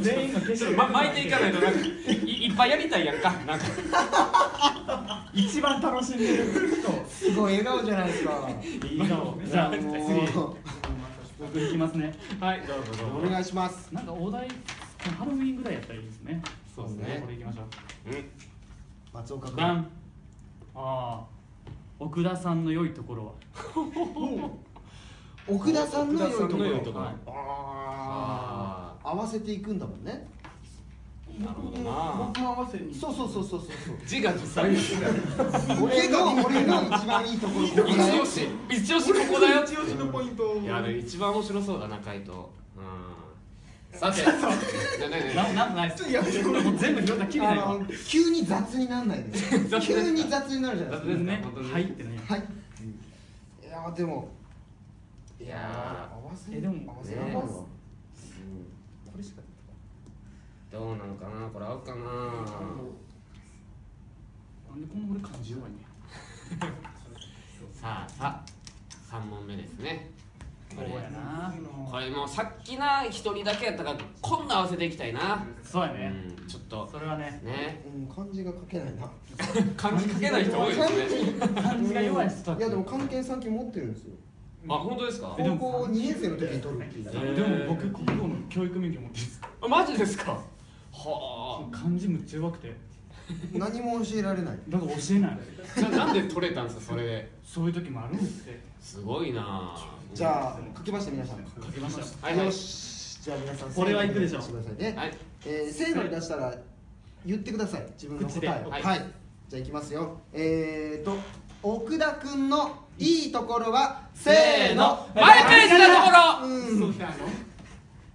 [SPEAKER 2] 全員の消し
[SPEAKER 3] ちょっとま巻いてい かないとなんかいいっぱいやりたいやんかなんか
[SPEAKER 2] 一番楽しんでる人
[SPEAKER 1] すごい笑顔じゃないですか
[SPEAKER 2] いい顔じゃあ次
[SPEAKER 1] も
[SPEAKER 2] 僕いきますね
[SPEAKER 3] はいどうぞど
[SPEAKER 1] うお願いします
[SPEAKER 2] なんかお題ハロウィンぐらいやったらいいですね
[SPEAKER 3] そうですね
[SPEAKER 2] これいきましょう
[SPEAKER 1] 松岡
[SPEAKER 2] ダ
[SPEAKER 1] 君
[SPEAKER 2] ンああ奥田さんの良いところは
[SPEAKER 1] 奥田さんの良い
[SPEAKER 3] 奥田さんの良い
[SPEAKER 1] と
[SPEAKER 3] と
[SPEAKER 1] ころ
[SPEAKER 3] ころ
[SPEAKER 1] あ
[SPEAKER 3] あ
[SPEAKER 1] ー合わせていくんだもんね
[SPEAKER 3] あなるほどな
[SPEAKER 4] 僕も合わせに
[SPEAKER 1] そうそうそうそうそう
[SPEAKER 3] 字が実際に
[SPEAKER 1] そう 俺の俺の一番いいところ
[SPEAKER 3] 一押し一押しここだよ
[SPEAKER 4] 一押しのポイントを
[SPEAKER 3] いやでも一番面白そうだな回答うん さてじゃあねね
[SPEAKER 2] なんなんもないです
[SPEAKER 4] ちょっとやめて
[SPEAKER 2] これもう全部拾ったきり
[SPEAKER 1] あ
[SPEAKER 2] ないわ
[SPEAKER 1] の急に雑になんないで 急に雑になるじゃないですか
[SPEAKER 2] ね
[SPEAKER 3] 本当に
[SPEAKER 2] 入ってない
[SPEAKER 1] はい。 いやーでも
[SPEAKER 3] いや
[SPEAKER 1] 合わせ
[SPEAKER 2] えでも
[SPEAKER 1] 合わせられるわ
[SPEAKER 3] ねこれしかどうなのかなこれ合うか
[SPEAKER 2] な
[SPEAKER 3] な
[SPEAKER 2] んでこんな俺感じ弱いね
[SPEAKER 3] さあさあ3問目ですねこ
[SPEAKER 2] そうや
[SPEAKER 3] れ
[SPEAKER 2] な
[SPEAKER 3] これもうさっきな一人だけやったからこんな合わせていきたいな
[SPEAKER 2] そう
[SPEAKER 3] う
[SPEAKER 2] やね
[SPEAKER 3] んちょっと
[SPEAKER 2] それはね
[SPEAKER 3] ね
[SPEAKER 1] うん漢字が書けないな。
[SPEAKER 3] 漢字書けない人多いですね
[SPEAKER 2] 感じが弱い人
[SPEAKER 1] いやでも関係三級持ってるんですよ。
[SPEAKER 3] あ本当ですか
[SPEAKER 2] えで
[SPEAKER 1] 高
[SPEAKER 2] も
[SPEAKER 1] 校二年生の時に取るっていう。
[SPEAKER 3] え
[SPEAKER 2] でも僕国語の教育免許持ってるんです
[SPEAKER 3] あマジですかは
[SPEAKER 2] 漢字むっちゃ弱くて
[SPEAKER 1] 何も教えられない。
[SPEAKER 2] だから教えない
[SPEAKER 3] あじゃあなんで取れたんですかそれで
[SPEAKER 2] そういう時もあるんですって
[SPEAKER 3] すごいな
[SPEAKER 1] じゃあ書きました皆さん。
[SPEAKER 2] 書きました
[SPEAKER 3] はいはい
[SPEAKER 1] よし。じゃあ皆さん。
[SPEAKER 2] これは行くでしょ
[SPEAKER 1] せーのに出してくださいね。
[SPEAKER 3] はい
[SPEAKER 1] えー、せーのに出したら言ってください。自分の答えを。
[SPEAKER 3] 口ではい
[SPEAKER 1] はい。じゃあ行きますよ。えーと奥田くんのいいところはせーの。
[SPEAKER 3] マイペースなところ
[SPEAKER 1] うん。一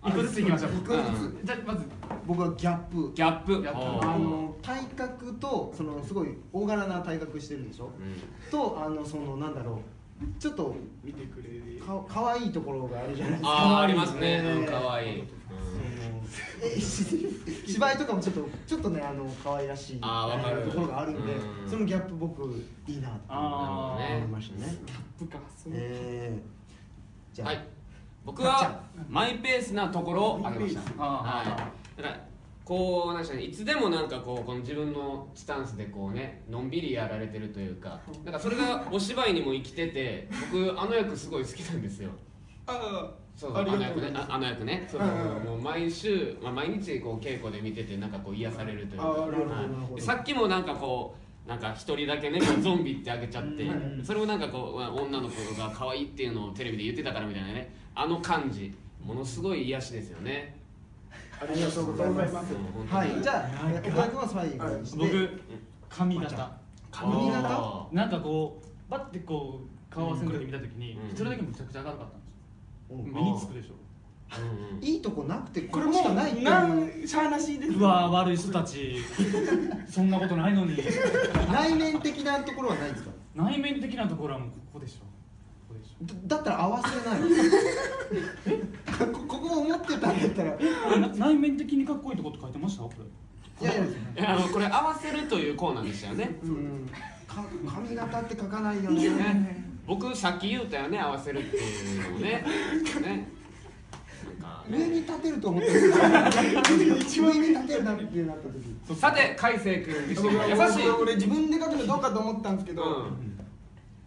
[SPEAKER 2] 一個ずついきましょう
[SPEAKER 1] 個ずつ。
[SPEAKER 2] じゃあまず
[SPEAKER 1] 僕はギャップ。
[SPEAKER 3] ギャップ
[SPEAKER 2] ギャップ
[SPEAKER 3] おー
[SPEAKER 1] あの体格とそのすごい大柄な体格してるでしょ
[SPEAKER 3] うん
[SPEAKER 1] とあのそのなんだろうちょっと
[SPEAKER 4] 見てくれる
[SPEAKER 1] か可愛いところがあるじゃないですか
[SPEAKER 3] あーありますねうんか
[SPEAKER 1] い
[SPEAKER 3] わいいうん
[SPEAKER 1] えし芝居とかもちょっとちょっとねあの可愛らしい
[SPEAKER 3] あーわかる
[SPEAKER 1] ところがあるんで
[SPEAKER 3] うん
[SPEAKER 1] そのギャップ僕いいなって
[SPEAKER 2] あ
[SPEAKER 3] ー
[SPEAKER 1] 思いましたね
[SPEAKER 4] 部下そう
[SPEAKER 1] えー、じゃあ、
[SPEAKER 3] はい僕はマイペースなところを挙げました
[SPEAKER 2] あー
[SPEAKER 3] はい、だからこうなんでしょうねいつでもなんかこうこの自分のスタンスでこうねのんびりやられてるというかなんかそれがお芝居にも生きてて僕あの役すごい好きなんですよ
[SPEAKER 4] あ
[SPEAKER 3] そう
[SPEAKER 4] あ
[SPEAKER 3] あ
[SPEAKER 4] り
[SPEAKER 3] の
[SPEAKER 4] がとうご
[SPEAKER 3] 役
[SPEAKER 4] ざい
[SPEAKER 3] ね
[SPEAKER 4] ます
[SPEAKER 3] ああの役ねそうそう
[SPEAKER 4] うんうん
[SPEAKER 3] もう毎週、まあ、毎日こう稽古で見ててなんかこう癒されるというか
[SPEAKER 4] あなるほど
[SPEAKER 3] はい
[SPEAKER 1] なるほど
[SPEAKER 3] でさっきもなんかこうなんか一人だけねこうゾンビってあげちゃって
[SPEAKER 2] うん
[SPEAKER 3] それをなんかこうまあ女の子が可愛いっていうのをテレビで言ってたからみたいなねあの感じものすごい癒しですよね
[SPEAKER 1] ありがとうございます
[SPEAKER 3] うん本当
[SPEAKER 1] は
[SPEAKER 3] に
[SPEAKER 1] いじゃあえー岡田君は最後にして
[SPEAKER 2] 僕髪
[SPEAKER 1] まちゃん
[SPEAKER 2] 型
[SPEAKER 1] 髪型
[SPEAKER 3] あー
[SPEAKER 2] なんかこうバッてこう顔合わせの時見た時に
[SPEAKER 3] うん
[SPEAKER 2] 一人だけむちゃくちゃ明るかったんです
[SPEAKER 1] うん
[SPEAKER 2] よ目につくでしょ
[SPEAKER 3] うんうん
[SPEAKER 1] いいとこなくてこ
[SPEAKER 4] これ
[SPEAKER 1] れ
[SPEAKER 4] も
[SPEAKER 1] しか
[SPEAKER 4] う
[SPEAKER 1] ないっていう
[SPEAKER 4] なんしゃあなしです
[SPEAKER 2] うわー悪い人たち そんなことないのに
[SPEAKER 1] 内面的なところはないんですか
[SPEAKER 2] 内面的なところはもうここでしょここでし
[SPEAKER 1] だだったら合わせ ないここを思ってたんだったら
[SPEAKER 2] ょな内面的にかっこいいとこって書いてましたこれ
[SPEAKER 1] いやいや
[SPEAKER 3] えあのこれ合わせるというコーナーでしたよね
[SPEAKER 1] うんか髪型って書かないよね
[SPEAKER 3] ね僕さっき言うたよね合わせるっていうのもねねなんか
[SPEAKER 1] 上に
[SPEAKER 3] ね
[SPEAKER 1] 立てると思ってる上に立てるなってなった時
[SPEAKER 3] さて海星君自身
[SPEAKER 4] 僕
[SPEAKER 3] は優しい
[SPEAKER 4] 俺俺自分で書くのどうかと思ったんですけど、
[SPEAKER 3] うん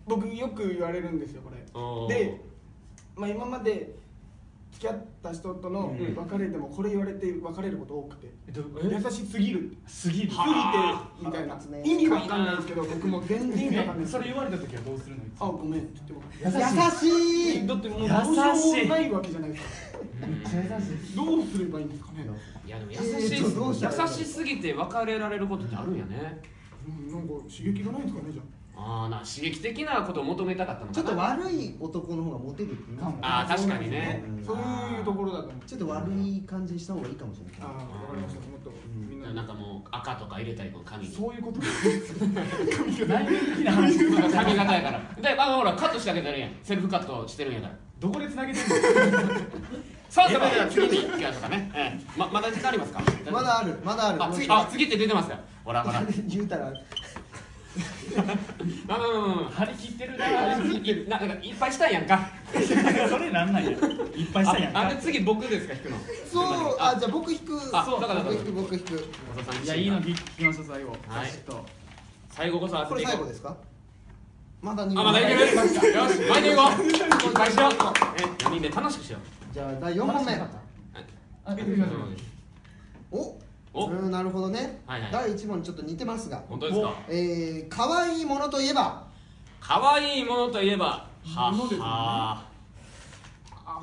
[SPEAKER 4] 僕よく言われるんですよこ
[SPEAKER 3] おー
[SPEAKER 4] れで、まあ、今まで付き合った人との
[SPEAKER 3] うん
[SPEAKER 4] 別れでもこれ言われて別れること多くて
[SPEAKER 2] えど
[SPEAKER 4] 優しすぎる
[SPEAKER 2] すぎ
[SPEAKER 4] すぎ
[SPEAKER 2] る
[SPEAKER 4] て
[SPEAKER 3] は
[SPEAKER 4] みたいな
[SPEAKER 1] 腹立つね
[SPEAKER 4] 意味わかんないんですけど僕も全然意味わかんない
[SPEAKER 2] え
[SPEAKER 4] です
[SPEAKER 2] そ
[SPEAKER 4] あ
[SPEAKER 2] れ言われた時はどうするのいつも
[SPEAKER 4] ごめんって言っても
[SPEAKER 1] 優しい
[SPEAKER 4] だってもう
[SPEAKER 2] 優しい
[SPEAKER 4] どうしようもないわけじゃないですか
[SPEAKER 2] 優
[SPEAKER 4] どうすればいいんですかね、
[SPEAKER 3] いやでも優
[SPEAKER 1] えーどうしたらいいの
[SPEAKER 3] しい優しすぎて別れられることってあるんやね
[SPEAKER 4] うん、なんか刺激がないんですかねじゃ
[SPEAKER 3] ああな刺激的なことを求めたかったのかな
[SPEAKER 1] ちょっと悪い男の方がモテるって言いますから
[SPEAKER 3] ああ確かにね
[SPEAKER 1] うん
[SPEAKER 4] そういうところだと思う
[SPEAKER 1] ちょっと悪い感じにした方がいいかもしれ
[SPEAKER 4] あ
[SPEAKER 1] ない
[SPEAKER 4] あわかりましたもっとみんな
[SPEAKER 3] なんかもう赤とか入れたりこの髪に
[SPEAKER 4] そういうこと
[SPEAKER 2] しい内面的な話
[SPEAKER 3] 髪型やからであのほらカットしてあげてるやんセルフカットしてるんやから
[SPEAKER 2] どこで繋げてる
[SPEAKER 3] さあそれでは次に行きましょうかね、ええままだ時間ありますか
[SPEAKER 1] まだあるまだある
[SPEAKER 3] あ次あ次って出てますよほらほらまあ
[SPEAKER 1] 言うたら
[SPEAKER 3] まあまあまあ
[SPEAKER 2] の
[SPEAKER 3] ま
[SPEAKER 2] 張り切ってるな
[SPEAKER 3] あいいななんかいっぱいしたいやんか
[SPEAKER 2] それなんなんやいっぱいしたんやん
[SPEAKER 3] ああ
[SPEAKER 2] か
[SPEAKER 3] で次僕ですか引くの
[SPEAKER 1] そうあじゃあ僕引く
[SPEAKER 3] あそうだからだか
[SPEAKER 1] 僕
[SPEAKER 3] ら
[SPEAKER 1] 引く僕引く
[SPEAKER 3] 小田さん
[SPEAKER 2] いやいいの
[SPEAKER 3] 自身が
[SPEAKER 2] 聞きましょう最後
[SPEAKER 3] はい
[SPEAKER 2] バシッと
[SPEAKER 3] 最後こそ
[SPEAKER 1] これ最後ですすかまだ2
[SPEAKER 3] あまだいけるよし前に行こういっぱいしよう4人で楽しくしよう
[SPEAKER 1] じゃあ第4問目
[SPEAKER 2] あ行きましょう
[SPEAKER 3] は
[SPEAKER 1] お
[SPEAKER 3] お
[SPEAKER 1] うんなるほどね、
[SPEAKER 3] はいはい
[SPEAKER 1] 第1問にちょっと似てますが
[SPEAKER 3] 本当ですか
[SPEAKER 1] えー、可愛いものといえば
[SPEAKER 3] 可愛いものといえばはっは
[SPEAKER 1] 可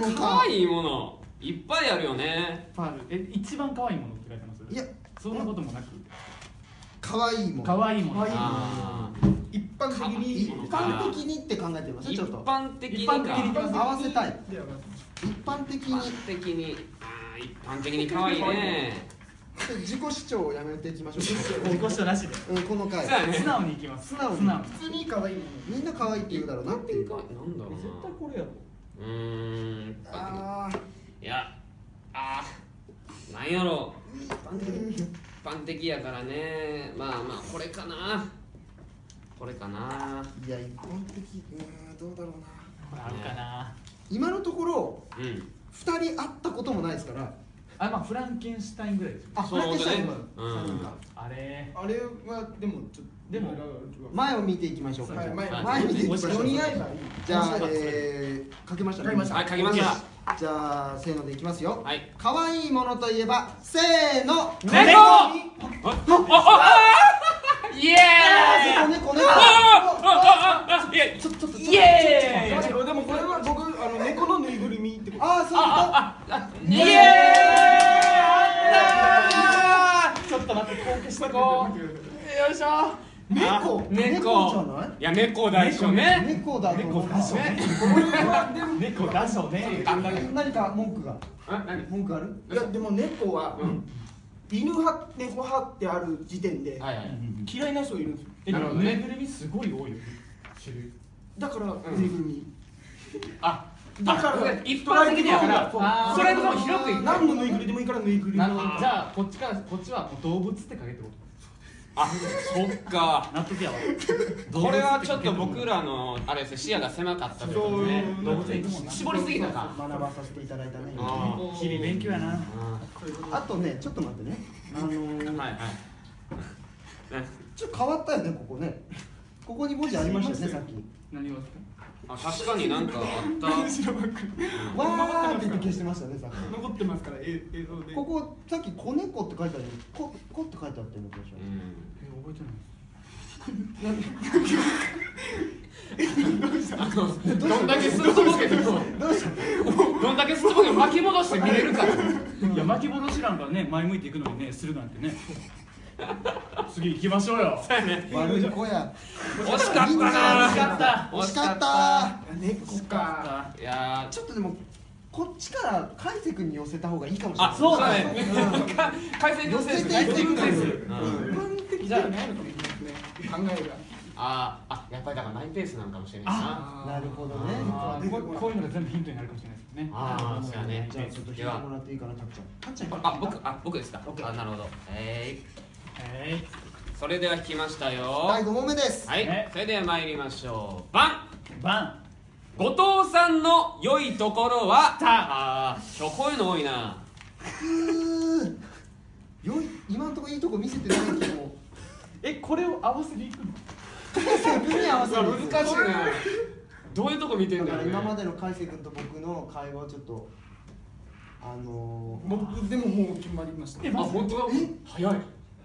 [SPEAKER 1] 愛いもの
[SPEAKER 3] 可愛いものいっぱいあるよね
[SPEAKER 2] パールえ一番可愛いものって書いてます
[SPEAKER 1] いや
[SPEAKER 2] そんなこともなく
[SPEAKER 1] 可愛いもの
[SPEAKER 2] 可愛いも
[SPEAKER 4] 可愛い
[SPEAKER 2] の
[SPEAKER 3] あ
[SPEAKER 4] 一般的に
[SPEAKER 1] 一般的にって考えてみま
[SPEAKER 3] ー
[SPEAKER 1] すち
[SPEAKER 3] 一
[SPEAKER 1] ょっと
[SPEAKER 3] 般的に
[SPEAKER 2] 一
[SPEAKER 3] か
[SPEAKER 2] 般的に
[SPEAKER 1] 合わせたい
[SPEAKER 4] ではま
[SPEAKER 1] 一般的
[SPEAKER 3] 一般
[SPEAKER 1] に
[SPEAKER 3] 的にあー一般的に可愛いね
[SPEAKER 1] 自己主張をやめていきましょ
[SPEAKER 2] 自己主なしで
[SPEAKER 1] う、うん、この回
[SPEAKER 3] そうやね
[SPEAKER 2] 素直にいきます
[SPEAKER 1] 素直に
[SPEAKER 2] 素直に
[SPEAKER 4] あ普通に可愛いもの
[SPEAKER 1] みんな可愛いって言うだろうなっていう
[SPEAKER 3] かなんだろうな
[SPEAKER 2] これやろ
[SPEAKER 3] うーん一般
[SPEAKER 1] あー
[SPEAKER 3] 的いやあーなんやろ
[SPEAKER 1] うん
[SPEAKER 3] う一般的やからねまあまあこれかなこれかない
[SPEAKER 1] や一般的うーんどうだろうな
[SPEAKER 2] これあるかな
[SPEAKER 1] 今のところ
[SPEAKER 3] うん
[SPEAKER 1] 2人会ったこともないですから
[SPEAKER 2] あまあフランケンシュタインぐらいですよ
[SPEAKER 1] あ
[SPEAKER 3] そう
[SPEAKER 1] フランケンシュタイン
[SPEAKER 3] 本当ね
[SPEAKER 1] 今
[SPEAKER 3] うん
[SPEAKER 1] 三人か
[SPEAKER 2] あれ
[SPEAKER 4] あれはでもちょっと
[SPEAKER 2] でも
[SPEAKER 1] 前を見ていきましょうか、
[SPEAKER 4] はい前
[SPEAKER 1] 前見ていきましょ
[SPEAKER 4] 4
[SPEAKER 1] う
[SPEAKER 4] 人合えばいい
[SPEAKER 1] じゃあ、えー、書けました
[SPEAKER 4] 書けました
[SPEAKER 3] はい書きました
[SPEAKER 1] じゃあせーのでいきますよ
[SPEAKER 3] はい
[SPEAKER 1] 可愛いものといえばせーの
[SPEAKER 3] 猫あああイエーイ
[SPEAKER 1] 猫猫猫
[SPEAKER 3] あああいや
[SPEAKER 1] ちょっとちょっと
[SPEAKER 3] イエーイ
[SPEAKER 4] でもこれは僕あの猫のぬいぐるみってこと
[SPEAKER 1] ああそうだ
[SPEAKER 3] イエーイあったーちょっと待って貢献しとこうよいしょ
[SPEAKER 1] 猫
[SPEAKER 3] 猫
[SPEAKER 1] じゃない
[SPEAKER 3] いや猫だ一緒ね
[SPEAKER 1] 猫だと思う
[SPEAKER 2] 猫だしょ
[SPEAKER 1] ね
[SPEAKER 2] 猫出そうね
[SPEAKER 3] あ何
[SPEAKER 1] 何か文句が
[SPEAKER 3] あ何
[SPEAKER 1] 文句ある
[SPEAKER 4] いやでも猫は、
[SPEAKER 3] うん
[SPEAKER 4] 犬派猫派ってある時点で、
[SPEAKER 3] はいはい
[SPEAKER 4] 嫌いな人いるんですよ
[SPEAKER 2] え
[SPEAKER 3] な
[SPEAKER 2] で
[SPEAKER 3] るほ
[SPEAKER 2] も
[SPEAKER 3] どね
[SPEAKER 2] ぬいぐるみすごい多いよ種類
[SPEAKER 4] だから
[SPEAKER 3] ん
[SPEAKER 4] ぬいぐるみ
[SPEAKER 3] あ
[SPEAKER 4] だから
[SPEAKER 3] あ一般的にやから
[SPEAKER 4] そう
[SPEAKER 2] あー
[SPEAKER 3] それも広くいく
[SPEAKER 4] 何のぬいぐるみでもいいからぬいぐるみ
[SPEAKER 2] なるほど
[SPEAKER 4] あ
[SPEAKER 2] じゃあこっちからこっちはもう動物ってかけってこ
[SPEAKER 3] あそっか
[SPEAKER 2] と納得や わ
[SPEAKER 3] これはちょっと僕らのあれですね視野が狭かったということですね
[SPEAKER 4] そう
[SPEAKER 2] 動物園行くもんな
[SPEAKER 3] 絞りすぎたか
[SPEAKER 1] 学ばさせていただいたね
[SPEAKER 3] あ
[SPEAKER 2] 日々勉強やな
[SPEAKER 3] あ
[SPEAKER 1] あとねちょっと待ってねあの
[SPEAKER 3] ー
[SPEAKER 1] ー
[SPEAKER 3] はいはい
[SPEAKER 1] ちょっと変わったよねここねここに文字ありましたよねさっき
[SPEAKER 2] 何を
[SPEAKER 3] あ確かになんかあ った
[SPEAKER 4] 後ろバック
[SPEAKER 1] わーって言って消してましたねさっき
[SPEAKER 4] 残ってますからえ映像で
[SPEAKER 1] ここさっき子猫って書いてあるのにこ子って書いてあったよね
[SPEAKER 3] う
[SPEAKER 1] 私
[SPEAKER 2] え
[SPEAKER 3] ん
[SPEAKER 2] 覚えてない
[SPEAKER 3] どんだけすっとぼけても
[SPEAKER 1] どうした
[SPEAKER 3] どんだけすっとぼけても巻き戻して見れるから
[SPEAKER 2] いや巻き戻しなんかね前向いていくのにねするなんてね次行きましょうよ
[SPEAKER 1] 悪い子や
[SPEAKER 3] 惜しかった
[SPEAKER 1] みんな
[SPEAKER 3] な
[SPEAKER 1] 惜しかった惜しかった
[SPEAKER 4] 猫か
[SPEAKER 3] いや
[SPEAKER 1] ちょっとでもこっちから海瀬君に寄せた方がいいかもしれない
[SPEAKER 3] あそうだ
[SPEAKER 2] ね
[SPEAKER 3] ーか回線行政です
[SPEAKER 1] 寄せていく
[SPEAKER 3] 回線行政です
[SPEAKER 1] うん
[SPEAKER 3] うん
[SPEAKER 4] じゃあないのかもしれないですね考えが
[SPEAKER 3] あーあやっぱりだからマイペースなのかもしれないな
[SPEAKER 1] なるほどね
[SPEAKER 2] あーこうこういうのが全部ヒントになるかもしれないですね
[SPEAKER 3] あーそうやね
[SPEAKER 1] じゃあちょっと引いてもらっていいかなたっちゃんたっちゃん
[SPEAKER 3] あ僕あ僕ですか
[SPEAKER 1] オッケー
[SPEAKER 3] あなるほどえー
[SPEAKER 2] え
[SPEAKER 3] それでは聞きましたよ
[SPEAKER 1] 第5問目です
[SPEAKER 3] はい、
[SPEAKER 2] ね
[SPEAKER 3] それでは参りましょう番
[SPEAKER 2] ー、バン
[SPEAKER 3] 後藤さんの良いところは
[SPEAKER 2] た
[SPEAKER 3] ああー今日こういうの多いな
[SPEAKER 1] うーよい今んとこいいとこ見せてないけど
[SPEAKER 2] えこれを合わせていくの
[SPEAKER 1] 海瀬君に合わせるんですよ
[SPEAKER 3] 難しいなどういうとこ見て
[SPEAKER 1] だ
[SPEAKER 3] んだ
[SPEAKER 1] か
[SPEAKER 3] ろ
[SPEAKER 1] ら今
[SPEAKER 3] うね
[SPEAKER 1] までの海瀬君と僕の会話をちょっとあの
[SPEAKER 4] 僕でももう決まりました
[SPEAKER 2] え
[SPEAKER 3] あ
[SPEAKER 2] マジで
[SPEAKER 3] 本当だ早い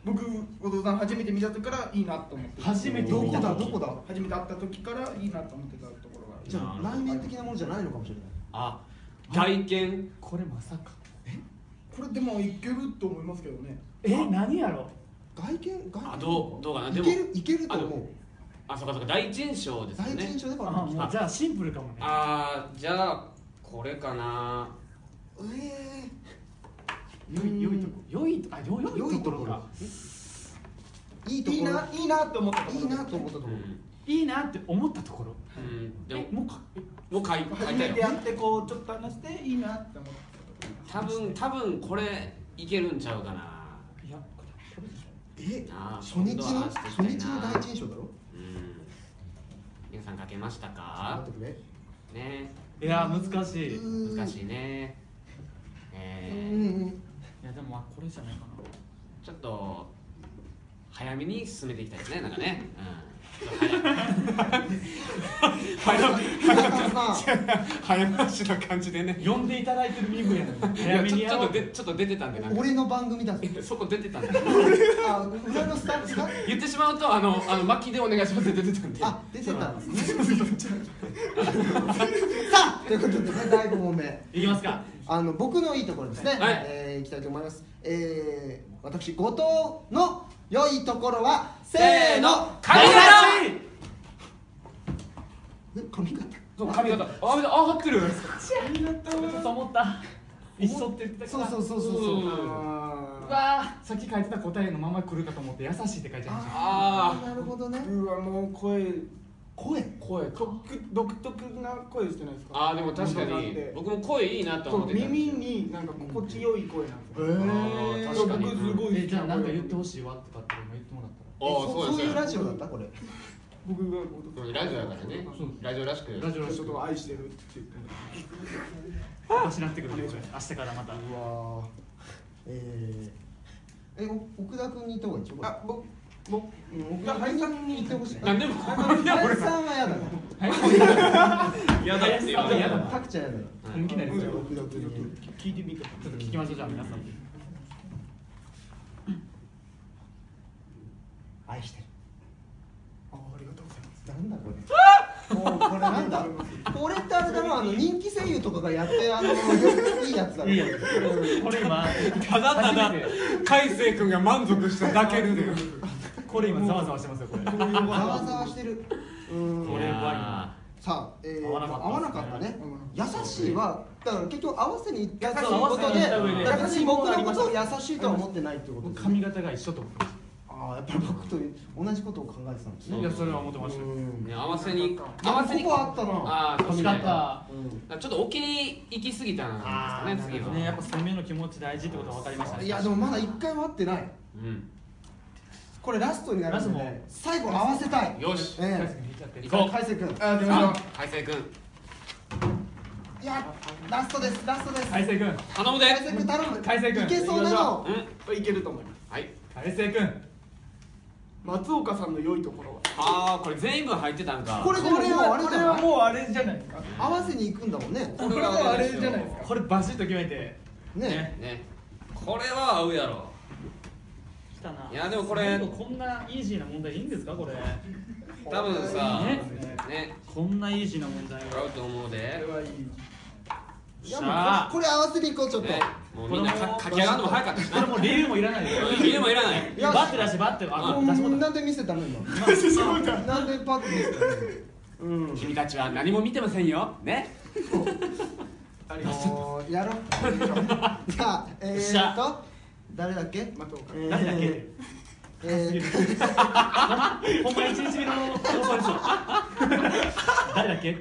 [SPEAKER 4] 僕後藤さん初めて見た時からいいなと思って
[SPEAKER 2] 初め
[SPEAKER 1] ー
[SPEAKER 2] て
[SPEAKER 1] ど
[SPEAKER 2] 見
[SPEAKER 1] こ
[SPEAKER 2] た
[SPEAKER 1] だど
[SPEAKER 2] 時
[SPEAKER 1] こだ
[SPEAKER 4] 初めて会った時からいいなと思ってたところが
[SPEAKER 1] じゃあ内面的なものじゃないのかもしれない
[SPEAKER 3] あ外見
[SPEAKER 2] これまさか
[SPEAKER 4] これでもいけると思いますけどね
[SPEAKER 2] え何やろ
[SPEAKER 1] 外見外見
[SPEAKER 3] あどうどうかないでも
[SPEAKER 1] けるいけると思う
[SPEAKER 3] あそうかそうか第一印象ですよ
[SPEAKER 1] 第一
[SPEAKER 3] ね
[SPEAKER 1] 印象だから
[SPEAKER 2] あもうじゃあシンプルかもね
[SPEAKER 3] あーじゃあこれかな
[SPEAKER 1] え
[SPEAKER 2] 良い良いとこ良いとあ良
[SPEAKER 1] え
[SPEAKER 2] い
[SPEAKER 1] 良い
[SPEAKER 2] とことろ
[SPEAKER 1] こ
[SPEAKER 2] か
[SPEAKER 1] ろいいとこ
[SPEAKER 4] いい
[SPEAKER 1] ろ
[SPEAKER 4] ないいなと思ったとこ
[SPEAKER 1] いい
[SPEAKER 4] ろ
[SPEAKER 1] なと思ったと
[SPEAKER 3] う
[SPEAKER 1] ころ
[SPEAKER 3] ん、
[SPEAKER 2] いいなって思ったところ
[SPEAKER 3] うん、でも
[SPEAKER 2] えもうかえ
[SPEAKER 3] もう書い書
[SPEAKER 4] 初
[SPEAKER 3] いた
[SPEAKER 4] め
[SPEAKER 3] よ
[SPEAKER 4] て会ってこうちょっと話していいなって思ったとこ
[SPEAKER 3] 多分多分これいけるんちゃうかない
[SPEAKER 2] やこれこれでし
[SPEAKER 1] え
[SPEAKER 3] なあ
[SPEAKER 1] 初日
[SPEAKER 3] 今度
[SPEAKER 1] の
[SPEAKER 3] は話して
[SPEAKER 1] 初日
[SPEAKER 3] いきたい
[SPEAKER 1] の
[SPEAKER 3] な
[SPEAKER 1] 第一印象だろ
[SPEAKER 3] うん皆さん書けましたか
[SPEAKER 1] 待ってくれ
[SPEAKER 3] ね
[SPEAKER 2] ょいや難しいいう
[SPEAKER 1] ーん
[SPEAKER 3] 難しいねえ
[SPEAKER 1] うん
[SPEAKER 3] ー
[SPEAKER 1] うん
[SPEAKER 2] やでもあこれじゃないかな
[SPEAKER 3] ちょっと早めに進めていきたいですねなんかね、うん、早め
[SPEAKER 1] だからさ
[SPEAKER 3] 早話な感じでね
[SPEAKER 2] 呼んでいただいてる身分やのに
[SPEAKER 3] いや
[SPEAKER 2] 早め
[SPEAKER 3] ちょ
[SPEAKER 2] に
[SPEAKER 3] ち
[SPEAKER 2] や
[SPEAKER 3] ょっ
[SPEAKER 2] ろ
[SPEAKER 3] と
[SPEAKER 2] う
[SPEAKER 3] でちょっと出てたんでなんか
[SPEAKER 1] 俺の番組だ ぞ
[SPEAKER 3] そこ出てたんで
[SPEAKER 1] あ裏のスタッフが
[SPEAKER 3] 言ってしまうとあのあの巻きでお願いしますって出てたんで
[SPEAKER 1] あ出てたんですね さあということでね第5問目
[SPEAKER 2] いきますか
[SPEAKER 1] あの僕のいいところですね、
[SPEAKER 3] はい
[SPEAKER 1] えーいきたいと思います、えー、私後藤の良いところはせーの
[SPEAKER 3] 髪型
[SPEAKER 1] え髪型
[SPEAKER 3] そう髪型ああ合ってる
[SPEAKER 2] ちょっと思った一緒って言ってた
[SPEAKER 1] そうそう
[SPEAKER 2] う
[SPEAKER 1] そうそう
[SPEAKER 3] う
[SPEAKER 1] そ
[SPEAKER 3] ん
[SPEAKER 1] う
[SPEAKER 4] ろ
[SPEAKER 2] う
[SPEAKER 4] があ
[SPEAKER 2] わーさっき書いてた答えのまま来るかと思って優しいって書いちゃいました
[SPEAKER 1] あーなるほどね
[SPEAKER 4] ーうわもう声
[SPEAKER 1] 声
[SPEAKER 3] 声
[SPEAKER 4] 独独特な声してないですか
[SPEAKER 3] ああでも確かに僕も声いいなと
[SPEAKER 4] そ
[SPEAKER 3] 思
[SPEAKER 4] う
[SPEAKER 3] ってたんです
[SPEAKER 4] 耳
[SPEAKER 3] よ
[SPEAKER 4] になんか心地よい声なんですよ
[SPEAKER 1] え
[SPEAKER 3] ー
[SPEAKER 4] 僕
[SPEAKER 3] 確かに
[SPEAKER 4] すごい好きな
[SPEAKER 2] えじゃあなんか言ってほ
[SPEAKER 4] しい
[SPEAKER 2] しいわとかって今言ってもらったら
[SPEAKER 3] ああ
[SPEAKER 1] そ
[SPEAKER 3] そう
[SPEAKER 1] そういうラ
[SPEAKER 3] です
[SPEAKER 1] ジオだったこれ
[SPEAKER 4] 僕が
[SPEAKER 3] ねラジオだからね
[SPEAKER 2] そう
[SPEAKER 3] ラジオらしく
[SPEAKER 2] ラジオら
[SPEAKER 4] ち
[SPEAKER 2] し
[SPEAKER 4] ょっ
[SPEAKER 2] く
[SPEAKER 4] と愛してるって言って
[SPEAKER 2] おかしなってくるねこれ明日からまた
[SPEAKER 1] うわーえー、えお奥田君に言った方がいいでしょこれ
[SPEAKER 4] あ僕僕
[SPEAKER 1] うん奥
[SPEAKER 4] じゃ
[SPEAKER 1] 田
[SPEAKER 4] あ
[SPEAKER 1] 君
[SPEAKER 4] 林さんに
[SPEAKER 1] 言ってほしい
[SPEAKER 3] なんでも
[SPEAKER 1] 林さんは嫌だな
[SPEAKER 3] やだってよ
[SPEAKER 2] あ嫌だな
[SPEAKER 1] 拓ちゃん嫌だな
[SPEAKER 2] 本気になり
[SPEAKER 4] うん
[SPEAKER 2] ちゃう
[SPEAKER 1] 奥田君の時
[SPEAKER 4] 聞いてみて
[SPEAKER 2] ちょっと聞きましょうじゃあ皆さん
[SPEAKER 1] 愛してる
[SPEAKER 4] あありがとうございます
[SPEAKER 1] なんだこれ。もうこれなんだ。これってあれだろあの人気声優とかがやってあのいいやつだろ。
[SPEAKER 2] いいやこれ今
[SPEAKER 3] ただただ海星君が満足しただけでだよ
[SPEAKER 2] これ今ざわざわしてますよこれ
[SPEAKER 1] ざわざわしてる。うん。
[SPEAKER 2] これは
[SPEAKER 1] さあ、えー、
[SPEAKER 2] 合わなかった
[SPEAKER 1] 合わなかったね。優しいはだから結局合わせに行ったってい
[SPEAKER 2] そうう
[SPEAKER 1] ことで、
[SPEAKER 2] 合わせに行った上で
[SPEAKER 1] 優しい僕のことを優しいとは思ってないってこと
[SPEAKER 2] 今
[SPEAKER 1] です、
[SPEAKER 2] 髪
[SPEAKER 1] ね。
[SPEAKER 2] 型が一緒と思ってまし
[SPEAKER 1] ああやっぱり僕と同じことを考えてたんです
[SPEAKER 2] た
[SPEAKER 1] ね。
[SPEAKER 2] いやそれは思ってました
[SPEAKER 1] うん。
[SPEAKER 3] ね合わせに合
[SPEAKER 1] あ
[SPEAKER 3] わせに
[SPEAKER 1] ここはあったな。
[SPEAKER 3] ああ
[SPEAKER 2] 欲しかった
[SPEAKER 1] うん
[SPEAKER 3] ちょっと沖に行き過ぎたんですかね次は
[SPEAKER 2] ねやっぱ攻めの気持ち大事ってことは分かりましたね
[SPEAKER 1] いやでもまだ一回も会ってない。
[SPEAKER 3] うん
[SPEAKER 1] これラストになるんで、
[SPEAKER 2] ラス
[SPEAKER 1] ね、最後合わせたい。
[SPEAKER 3] よし
[SPEAKER 1] ええ
[SPEAKER 3] 行こう
[SPEAKER 1] 海瀬君
[SPEAKER 4] あで
[SPEAKER 3] さ
[SPEAKER 4] も
[SPEAKER 3] あ海星君
[SPEAKER 1] いやラストですラストです
[SPEAKER 2] 海星君
[SPEAKER 3] 頼むで
[SPEAKER 1] 海瀬君頼む
[SPEAKER 2] 海星君
[SPEAKER 1] いけそうなの
[SPEAKER 3] うん
[SPEAKER 4] いけると思います
[SPEAKER 3] はい
[SPEAKER 2] 海星君
[SPEAKER 4] 松岡さんの良いところは
[SPEAKER 3] ああこれ全部入ってたんか
[SPEAKER 1] これでももうあれじゃない
[SPEAKER 4] もうあれじゃないですか
[SPEAKER 1] 合わせに行くんだもんね
[SPEAKER 4] これはあれじゃないですか
[SPEAKER 2] これバシッと決めて
[SPEAKER 1] ね
[SPEAKER 3] ねこれは合うやろ
[SPEAKER 2] きたない
[SPEAKER 3] やでもこれ
[SPEAKER 2] こんなイージーな問題いいんですかこれ
[SPEAKER 3] 多分さ
[SPEAKER 2] ね
[SPEAKER 3] ね
[SPEAKER 2] こんなイージーな問題
[SPEAKER 3] 合
[SPEAKER 2] は
[SPEAKER 3] うと思う
[SPEAKER 4] あれ
[SPEAKER 3] で
[SPEAKER 4] はいい
[SPEAKER 1] い
[SPEAKER 2] し
[SPEAKER 1] やもう
[SPEAKER 2] ゃ
[SPEAKER 1] これこれ合わせていこうちょっと、
[SPEAKER 3] ねもうみんなか書き上がるのも早かったし
[SPEAKER 2] あこれもう理由もいらないで
[SPEAKER 3] な理由もいらない
[SPEAKER 1] いや
[SPEAKER 2] バッて出してバッてあ
[SPEAKER 1] も
[SPEAKER 2] 出し
[SPEAKER 1] う
[SPEAKER 2] 物
[SPEAKER 1] なんで見せたの今 なんでパッて見せたのうん
[SPEAKER 3] 君たちは何も見てませんよね
[SPEAKER 4] あり
[SPEAKER 1] あ
[SPEAKER 4] がとう
[SPEAKER 1] のーやろうじゃあえ
[SPEAKER 2] っし
[SPEAKER 1] ー、っと
[SPEAKER 2] ゃ
[SPEAKER 1] 誰だっけ
[SPEAKER 4] 松岡
[SPEAKER 1] えー
[SPEAKER 2] 誰だっけ
[SPEAKER 1] えー
[SPEAKER 2] ほんま1日目の放送でしょ誰だっけ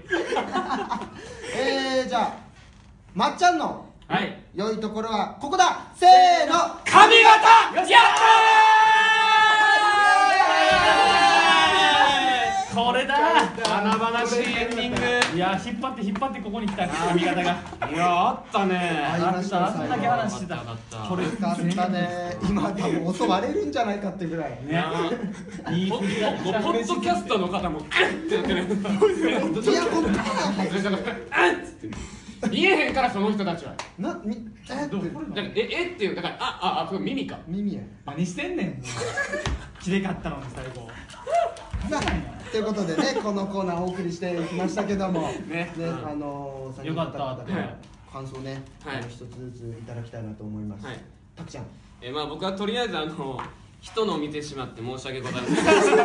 [SPEAKER 1] えー、じゃあまっちゃんの
[SPEAKER 2] はい
[SPEAKER 1] 良いところはここだせーの
[SPEAKER 3] 髪型やった
[SPEAKER 2] これだ
[SPEAKER 3] ー華々しいエンディング
[SPEAKER 2] いや引っ張って引っ張ってここに来た髪型が
[SPEAKER 3] いやあった
[SPEAKER 1] あ
[SPEAKER 3] ね
[SPEAKER 2] あったあんだけ話して
[SPEAKER 3] あ
[SPEAKER 2] た
[SPEAKER 3] ったあった
[SPEAKER 2] これ
[SPEAKER 1] よかったね今多分音割れるんじゃないかってぐらい
[SPEAKER 3] いや
[SPEAKER 2] いい
[SPEAKER 3] ポ
[SPEAKER 2] 日だ
[SPEAKER 3] ッポッドキャストの方も「あっ!」ってやってる
[SPEAKER 1] いやこんな
[SPEAKER 3] あっ!」っつって見えへんからその人たちは
[SPEAKER 1] なみえっ
[SPEAKER 2] どう
[SPEAKER 1] て
[SPEAKER 2] これ
[SPEAKER 3] だからええっていうだからあああこれ耳か
[SPEAKER 1] 耳や
[SPEAKER 2] 何してんねんもうキレかったのに最後
[SPEAKER 1] さあということでねこのコーナーをお送りしていきましたけども
[SPEAKER 3] ねうん
[SPEAKER 1] あのー、先
[SPEAKER 2] よかった
[SPEAKER 1] ほど
[SPEAKER 2] はい
[SPEAKER 1] 感想ね、
[SPEAKER 3] はい
[SPEAKER 1] あの一つずついただきたいなと思います、
[SPEAKER 3] はい
[SPEAKER 1] たくちゃん
[SPEAKER 3] えまあ僕はとりあえずあの人のを見てしまって申し訳ございません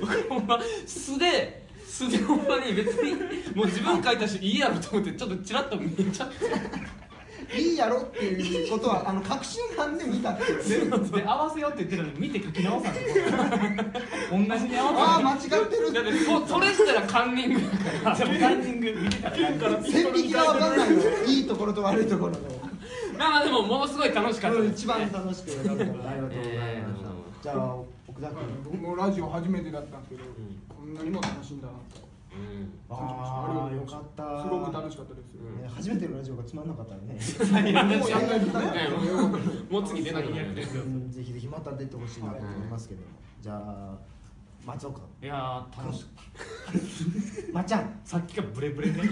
[SPEAKER 3] 僕ほんま素で素でほんまに別にもう自分書いたしいいやろと思ってちょっとチラッと見ちゃって
[SPEAKER 1] いいやろっていうことはあの確信犯で見たって いう
[SPEAKER 2] で合わせようって言ってたのに見て書き直さん と同じに合
[SPEAKER 1] あ
[SPEAKER 2] わ
[SPEAKER 1] あ間違ってる
[SPEAKER 3] だってそそれしたらカンニングや
[SPEAKER 2] せたじゃあもう ランニング見てたらランニング
[SPEAKER 1] 線引きが分かんないのいいところと悪いところの
[SPEAKER 3] からまあまあでもものすごい楽しかった
[SPEAKER 1] うん
[SPEAKER 3] です
[SPEAKER 1] 一番楽しく選べたからありがとうござい
[SPEAKER 3] え
[SPEAKER 1] ました、
[SPEAKER 3] ー
[SPEAKER 1] じゃあ奥田君
[SPEAKER 4] 僕もラジオ初めてだったんですけど、
[SPEAKER 3] ん
[SPEAKER 4] こんなにも楽しいんだなと
[SPEAKER 3] うん
[SPEAKER 1] ああよかった
[SPEAKER 4] すごく楽しかったです、
[SPEAKER 3] うん
[SPEAKER 1] ね初めてのラジオがつまんなかったら ね
[SPEAKER 4] もうやんないとね
[SPEAKER 3] ねもう次出なくなるよね
[SPEAKER 1] うんぜひぜひまた出てほしいなと思いますけどもじゃあ松岡
[SPEAKER 2] いやー楽しかっ
[SPEAKER 1] まっちゃん
[SPEAKER 2] たさっきがブレブレで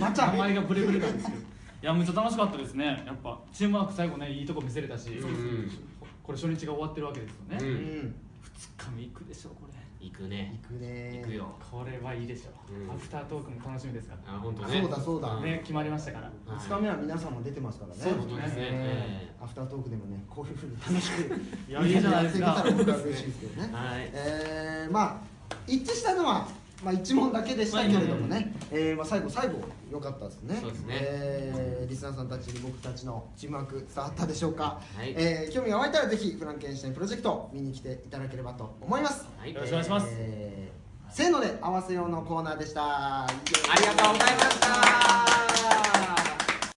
[SPEAKER 1] まっちゃ
[SPEAKER 2] 名
[SPEAKER 1] ん
[SPEAKER 2] 前がブレブレなんですけどいやめっちゃ楽しかったですねやっぱチームワーク最後ねいいとこ見せれたし、
[SPEAKER 3] うん
[SPEAKER 2] これ初日が終わってるわけですよね、
[SPEAKER 3] う
[SPEAKER 2] 二
[SPEAKER 1] うんん
[SPEAKER 2] 日目いくでしょこれ
[SPEAKER 3] 行くね
[SPEAKER 1] 行くね
[SPEAKER 3] 行くよ
[SPEAKER 2] これはいいでしょ
[SPEAKER 3] うん
[SPEAKER 2] アフタートークも楽しみですか
[SPEAKER 3] あ本当ね
[SPEAKER 1] そうだそうだ
[SPEAKER 2] らね決まりましたから
[SPEAKER 1] 2日目は皆さんも出てますからね
[SPEAKER 2] そうですね
[SPEAKER 1] ええアフタートークでもねこういうふうに楽しく
[SPEAKER 2] いやいいじゃないですか
[SPEAKER 1] やってけたら僕は嬉しいですけどね
[SPEAKER 3] はい
[SPEAKER 1] えーまあ一致したのは、まあ、1問だけでしたけれどもね、えーまあ、最後最後良かったですね
[SPEAKER 3] そうですね
[SPEAKER 1] えーリスナーさんたちに僕たちのチームワーク伝わったでしょうか、
[SPEAKER 3] はい
[SPEAKER 1] えー興味が湧いたらぜひフランケンシュタインプロジェクトを見に来ていただければと思います、
[SPEAKER 3] はい
[SPEAKER 2] よろしくお願いします
[SPEAKER 1] えーせーので合わせようのコーナーでしたあ
[SPEAKER 3] ありがとうございました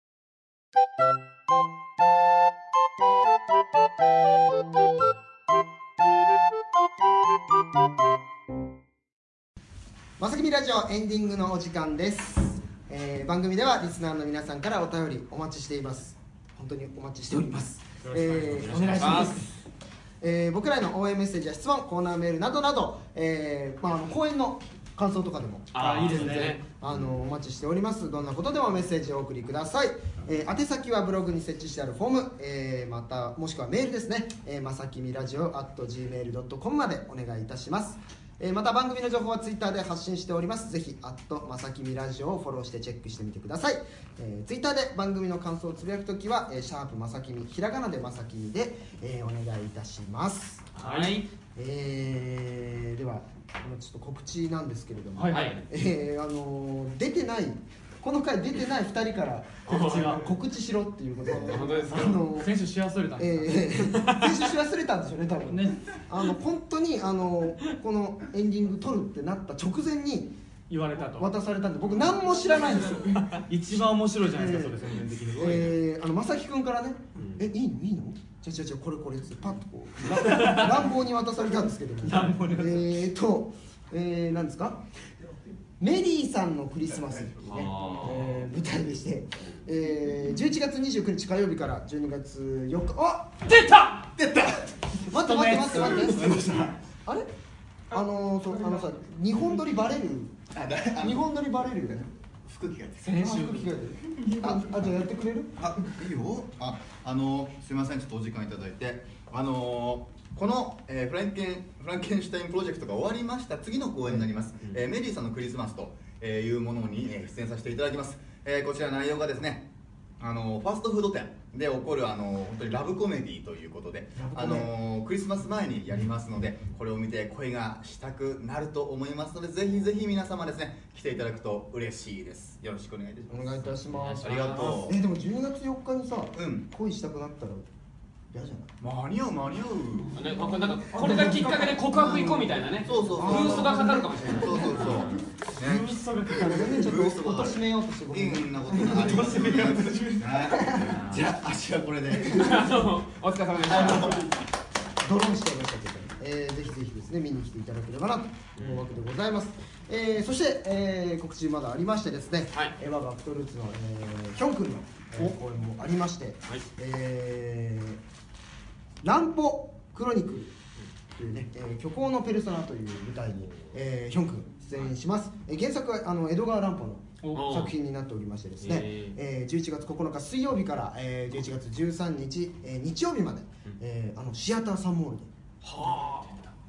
[SPEAKER 1] まさきみラジオエンディングのお時間です、えー番組ではリスナーの皆さんからお便りお待ちしています本当にお待ちしております
[SPEAKER 2] よろしく
[SPEAKER 1] えー
[SPEAKER 2] お
[SPEAKER 1] お
[SPEAKER 2] 願
[SPEAKER 1] 願
[SPEAKER 2] い
[SPEAKER 1] い
[SPEAKER 2] し
[SPEAKER 1] し
[SPEAKER 2] ま
[SPEAKER 1] ますすえー僕らへの応援メッセージや質問コーナーメールなどなど、えーまあ、あの公演の感想とかでも
[SPEAKER 2] あーいいですね
[SPEAKER 3] そう
[SPEAKER 1] あのお待ちしておりますどんなことでもメッセージをお送りください、えー宛先はブログに設置してあるフォーム、えーまたもしくはメールですね、えー、まさきみラジオ at gmail.com までお願いいたします、えーまた番組の情報はツイッターで発信しておりますぜひ「まさきみラジオ」をフォローしてチェックしてみてください、えー、ツイッターで番組の感想をつぶやくときは「えーシャープまさきみ」ひらがなでまさきみで、えーお願いいたします
[SPEAKER 3] はい
[SPEAKER 1] えーではこのちょっと告知なんですけれども、
[SPEAKER 2] はいは
[SPEAKER 3] はいい
[SPEAKER 1] えーあのー出てないこの回出てない2人から
[SPEAKER 2] 告知が
[SPEAKER 1] 告知しろっていうことで
[SPEAKER 3] 本当ですか
[SPEAKER 1] あのー
[SPEAKER 2] 選手し忘れたんですか
[SPEAKER 1] えー、先週し忘れたんですよね多分
[SPEAKER 2] ね
[SPEAKER 1] あの本当にあのーこのエンディング撮るってなった直前に
[SPEAKER 2] 言われたと
[SPEAKER 1] 渡されたんで僕何も知らないんですよ、
[SPEAKER 2] 一番面白いじゃないですかそれ宣伝的に
[SPEAKER 1] えー、あの正木君からね「えいいのいいの?」じゃじゃじゃこれこれ」ってパッとこ う乱乱暴に渡されたんですけども
[SPEAKER 2] 乱暴に渡された
[SPEAKER 1] えーとえー、なんですかメリーさんのクリスマスっていうね、
[SPEAKER 3] あー
[SPEAKER 1] えー舞台でして、えー、11月29日火曜日から12月4日あ
[SPEAKER 2] 出た
[SPEAKER 1] 出た待って待って待って待ってあれあのー、そうあのさ日本撮りバレる日本撮りバレるよね
[SPEAKER 5] 服着替えて
[SPEAKER 2] 先週
[SPEAKER 1] あ服着替えてああじゃあやってくれる
[SPEAKER 5] あいいよああのすみませんちょっとお時間いただいてあのーこの、えーフランケンフランケンシュタインプロジェクトが終わりました次の公演になります、えーメリーさんのクリスマスとえーいうものに、えー出演させていただきます、えーこちら内容がですねあのファストフード店で起こるあの本当にラブコメディということであ
[SPEAKER 1] ラブコメ
[SPEAKER 5] のクリスマス前にやりますのでこれを見て声がしたくなると思いますのでぜひぜひ皆様ですね来ていただくと嬉しいですよろしくお願いいたします
[SPEAKER 1] お願いいたします
[SPEAKER 5] ありがとう
[SPEAKER 1] えでも10月4日にさ、
[SPEAKER 5] うん
[SPEAKER 1] 恋したくなったら嫌じゃない
[SPEAKER 5] 間に合う間に合う
[SPEAKER 3] ねここなんかこれがきっかけで告白行こうみたいなね
[SPEAKER 5] そうそうそう
[SPEAKER 3] ブーストがかかるかもしれない
[SPEAKER 5] そうそうそうね
[SPEAKER 2] ーストがかかる
[SPEAKER 1] 全然ちょっと
[SPEAKER 5] ブーストが
[SPEAKER 1] 落としめようとしてごめん、
[SPEAKER 5] んなことがありますね。 じゃあ、足はこれで。
[SPEAKER 3] どうもお疲れ様でした
[SPEAKER 1] ドローンしちゃいましたけど、えー、ぜひぜひですね見に来ていただければなというわけでございます、えー、そして、えー、告知まだありましてですね、
[SPEAKER 3] はい
[SPEAKER 1] えー我がアクトルーツの、えー、ヒョン君の、えー公演もありまして、えーランポクロニクルというね、えー虚構のペルソナという舞台に、えーヒョン君出演します、えー原作はあの江戸川乱歩の
[SPEAKER 3] お
[SPEAKER 1] 作品になっておりましてですね、
[SPEAKER 3] へ
[SPEAKER 1] えー11月9日水曜日から、えー11月13日、えー日曜日まで、えーあのシアターサンモールで
[SPEAKER 3] はあ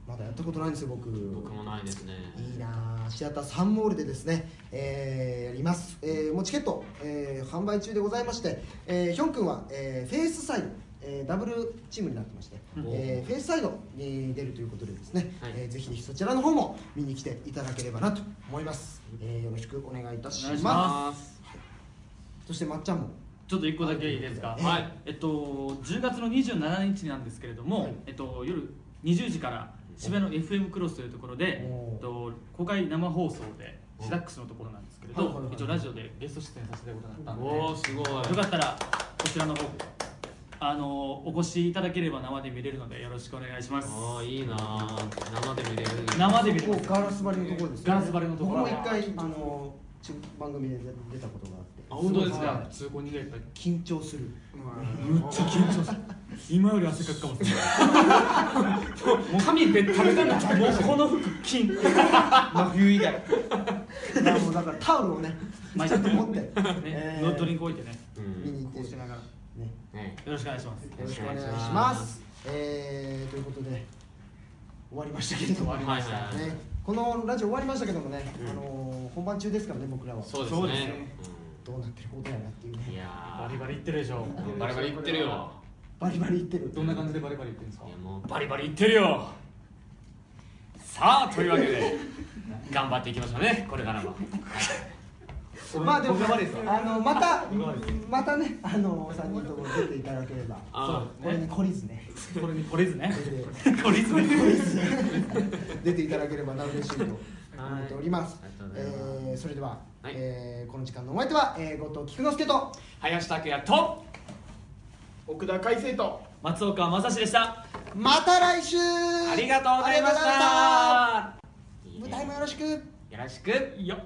[SPEAKER 1] まだやったことないんですよ僕
[SPEAKER 3] 僕もないですね
[SPEAKER 1] いいなあシアターサンモールでですね、えーやります、えーもうチケット、えー販売中でございまして、えーヒョン君は、えーフェイスサイド、えーダブルチームになってまして、えーフェイスサイドに出るということでですね、
[SPEAKER 3] はい。
[SPEAKER 1] えーぜひぜひそちらの方も見に来ていただければなと思います、えーよろしくお願いいたし
[SPEAKER 2] お
[SPEAKER 1] ま
[SPEAKER 2] 願い
[SPEAKER 1] す
[SPEAKER 2] します
[SPEAKER 1] そしてまっちゃんも
[SPEAKER 2] ちょっと一個だけいいですか。
[SPEAKER 1] はい
[SPEAKER 2] えっと10月の27日なんですけれども、
[SPEAKER 1] はい
[SPEAKER 2] えっと夜20時から渋谷の FM クロスというところで、
[SPEAKER 1] お
[SPEAKER 2] えっと公開生放送でシダックスのところなんですけれど、
[SPEAKER 1] はいはいはい
[SPEAKER 2] 一応ラジオでゲスト出演させてもらったので、
[SPEAKER 3] おおすごい
[SPEAKER 2] よかったらこちらの方あのお越しいただければ生で見れるのでよろしくお願いします。
[SPEAKER 3] ああいいな生で見れる
[SPEAKER 2] 生で見れ
[SPEAKER 1] こ
[SPEAKER 2] ま
[SPEAKER 1] こ
[SPEAKER 2] す。
[SPEAKER 1] ガラス張りのところです、
[SPEAKER 2] ガラス張りのところ
[SPEAKER 1] 僕も一回あのち番組で出たことがあって
[SPEAKER 2] あ本当です
[SPEAKER 1] は
[SPEAKER 2] か
[SPEAKER 1] い。
[SPEAKER 2] 通行人がいっぱい。
[SPEAKER 1] 緊張す る
[SPEAKER 2] めっちゃ緊張する。今より汗かくかもしれない。
[SPEAKER 3] もう髪べったべたになっちゃう
[SPEAKER 2] もうこの服金。真冬以外。
[SPEAKER 1] だからもうだからタオルをね、ちょっと持って、
[SPEAKER 2] ね、ノドリンク置いてね。
[SPEAKER 1] 見に行って、ね、
[SPEAKER 2] がら。
[SPEAKER 1] よ
[SPEAKER 3] ね
[SPEAKER 2] よろしくお願いします。
[SPEAKER 1] ろしくお願いします。えー、ということで終わりましたけれども、
[SPEAKER 3] 終わりました
[SPEAKER 1] はいね、このラジオ終わりましたけどもね、
[SPEAKER 3] うん
[SPEAKER 1] あのー本番中ですからね僕らは、
[SPEAKER 3] そ
[SPEAKER 1] ど
[SPEAKER 3] うです
[SPEAKER 2] そうです
[SPEAKER 3] ね
[SPEAKER 2] ね
[SPEAKER 1] うなってることやなっていう
[SPEAKER 3] うんい
[SPEAKER 1] ね、
[SPEAKER 3] や
[SPEAKER 2] バリ
[SPEAKER 3] ー
[SPEAKER 2] バリいってるでしょ。
[SPEAKER 3] バリバリ言ってるよい
[SPEAKER 1] バリバリ言ってる。
[SPEAKER 2] どんな感じでバリバリいってるんですか
[SPEAKER 3] や。もうバリバリ言ってるよさあというわけで頑張っていきましょうねこれからも
[SPEAKER 1] まあでも
[SPEAKER 2] 僕が悪いですよ
[SPEAKER 1] あのまた
[SPEAKER 2] 僕が悪いです
[SPEAKER 1] またねあの三人とも出ていただければ、
[SPEAKER 3] あ
[SPEAKER 2] そ
[SPEAKER 1] こ
[SPEAKER 2] う
[SPEAKER 1] れに懲りずね。
[SPEAKER 2] これにこれずね
[SPEAKER 1] こ。れで
[SPEAKER 2] これずね。
[SPEAKER 1] 出ていただければな嬉しいと思っております
[SPEAKER 3] はいありがとう。ござい
[SPEAKER 1] え
[SPEAKER 3] ます
[SPEAKER 1] ーそれでは、
[SPEAKER 3] はい
[SPEAKER 1] えーこの時間のお相手は、えー、後藤菊之助と
[SPEAKER 3] 林拓也と
[SPEAKER 4] 奥田海生と
[SPEAKER 2] 松岡正史でした。
[SPEAKER 1] また来週
[SPEAKER 3] あ
[SPEAKER 1] あ
[SPEAKER 3] りがとうございま
[SPEAKER 1] りがとうございま
[SPEAKER 3] した
[SPEAKER 1] した舞台もよろしく
[SPEAKER 3] よろしく
[SPEAKER 2] いいよ。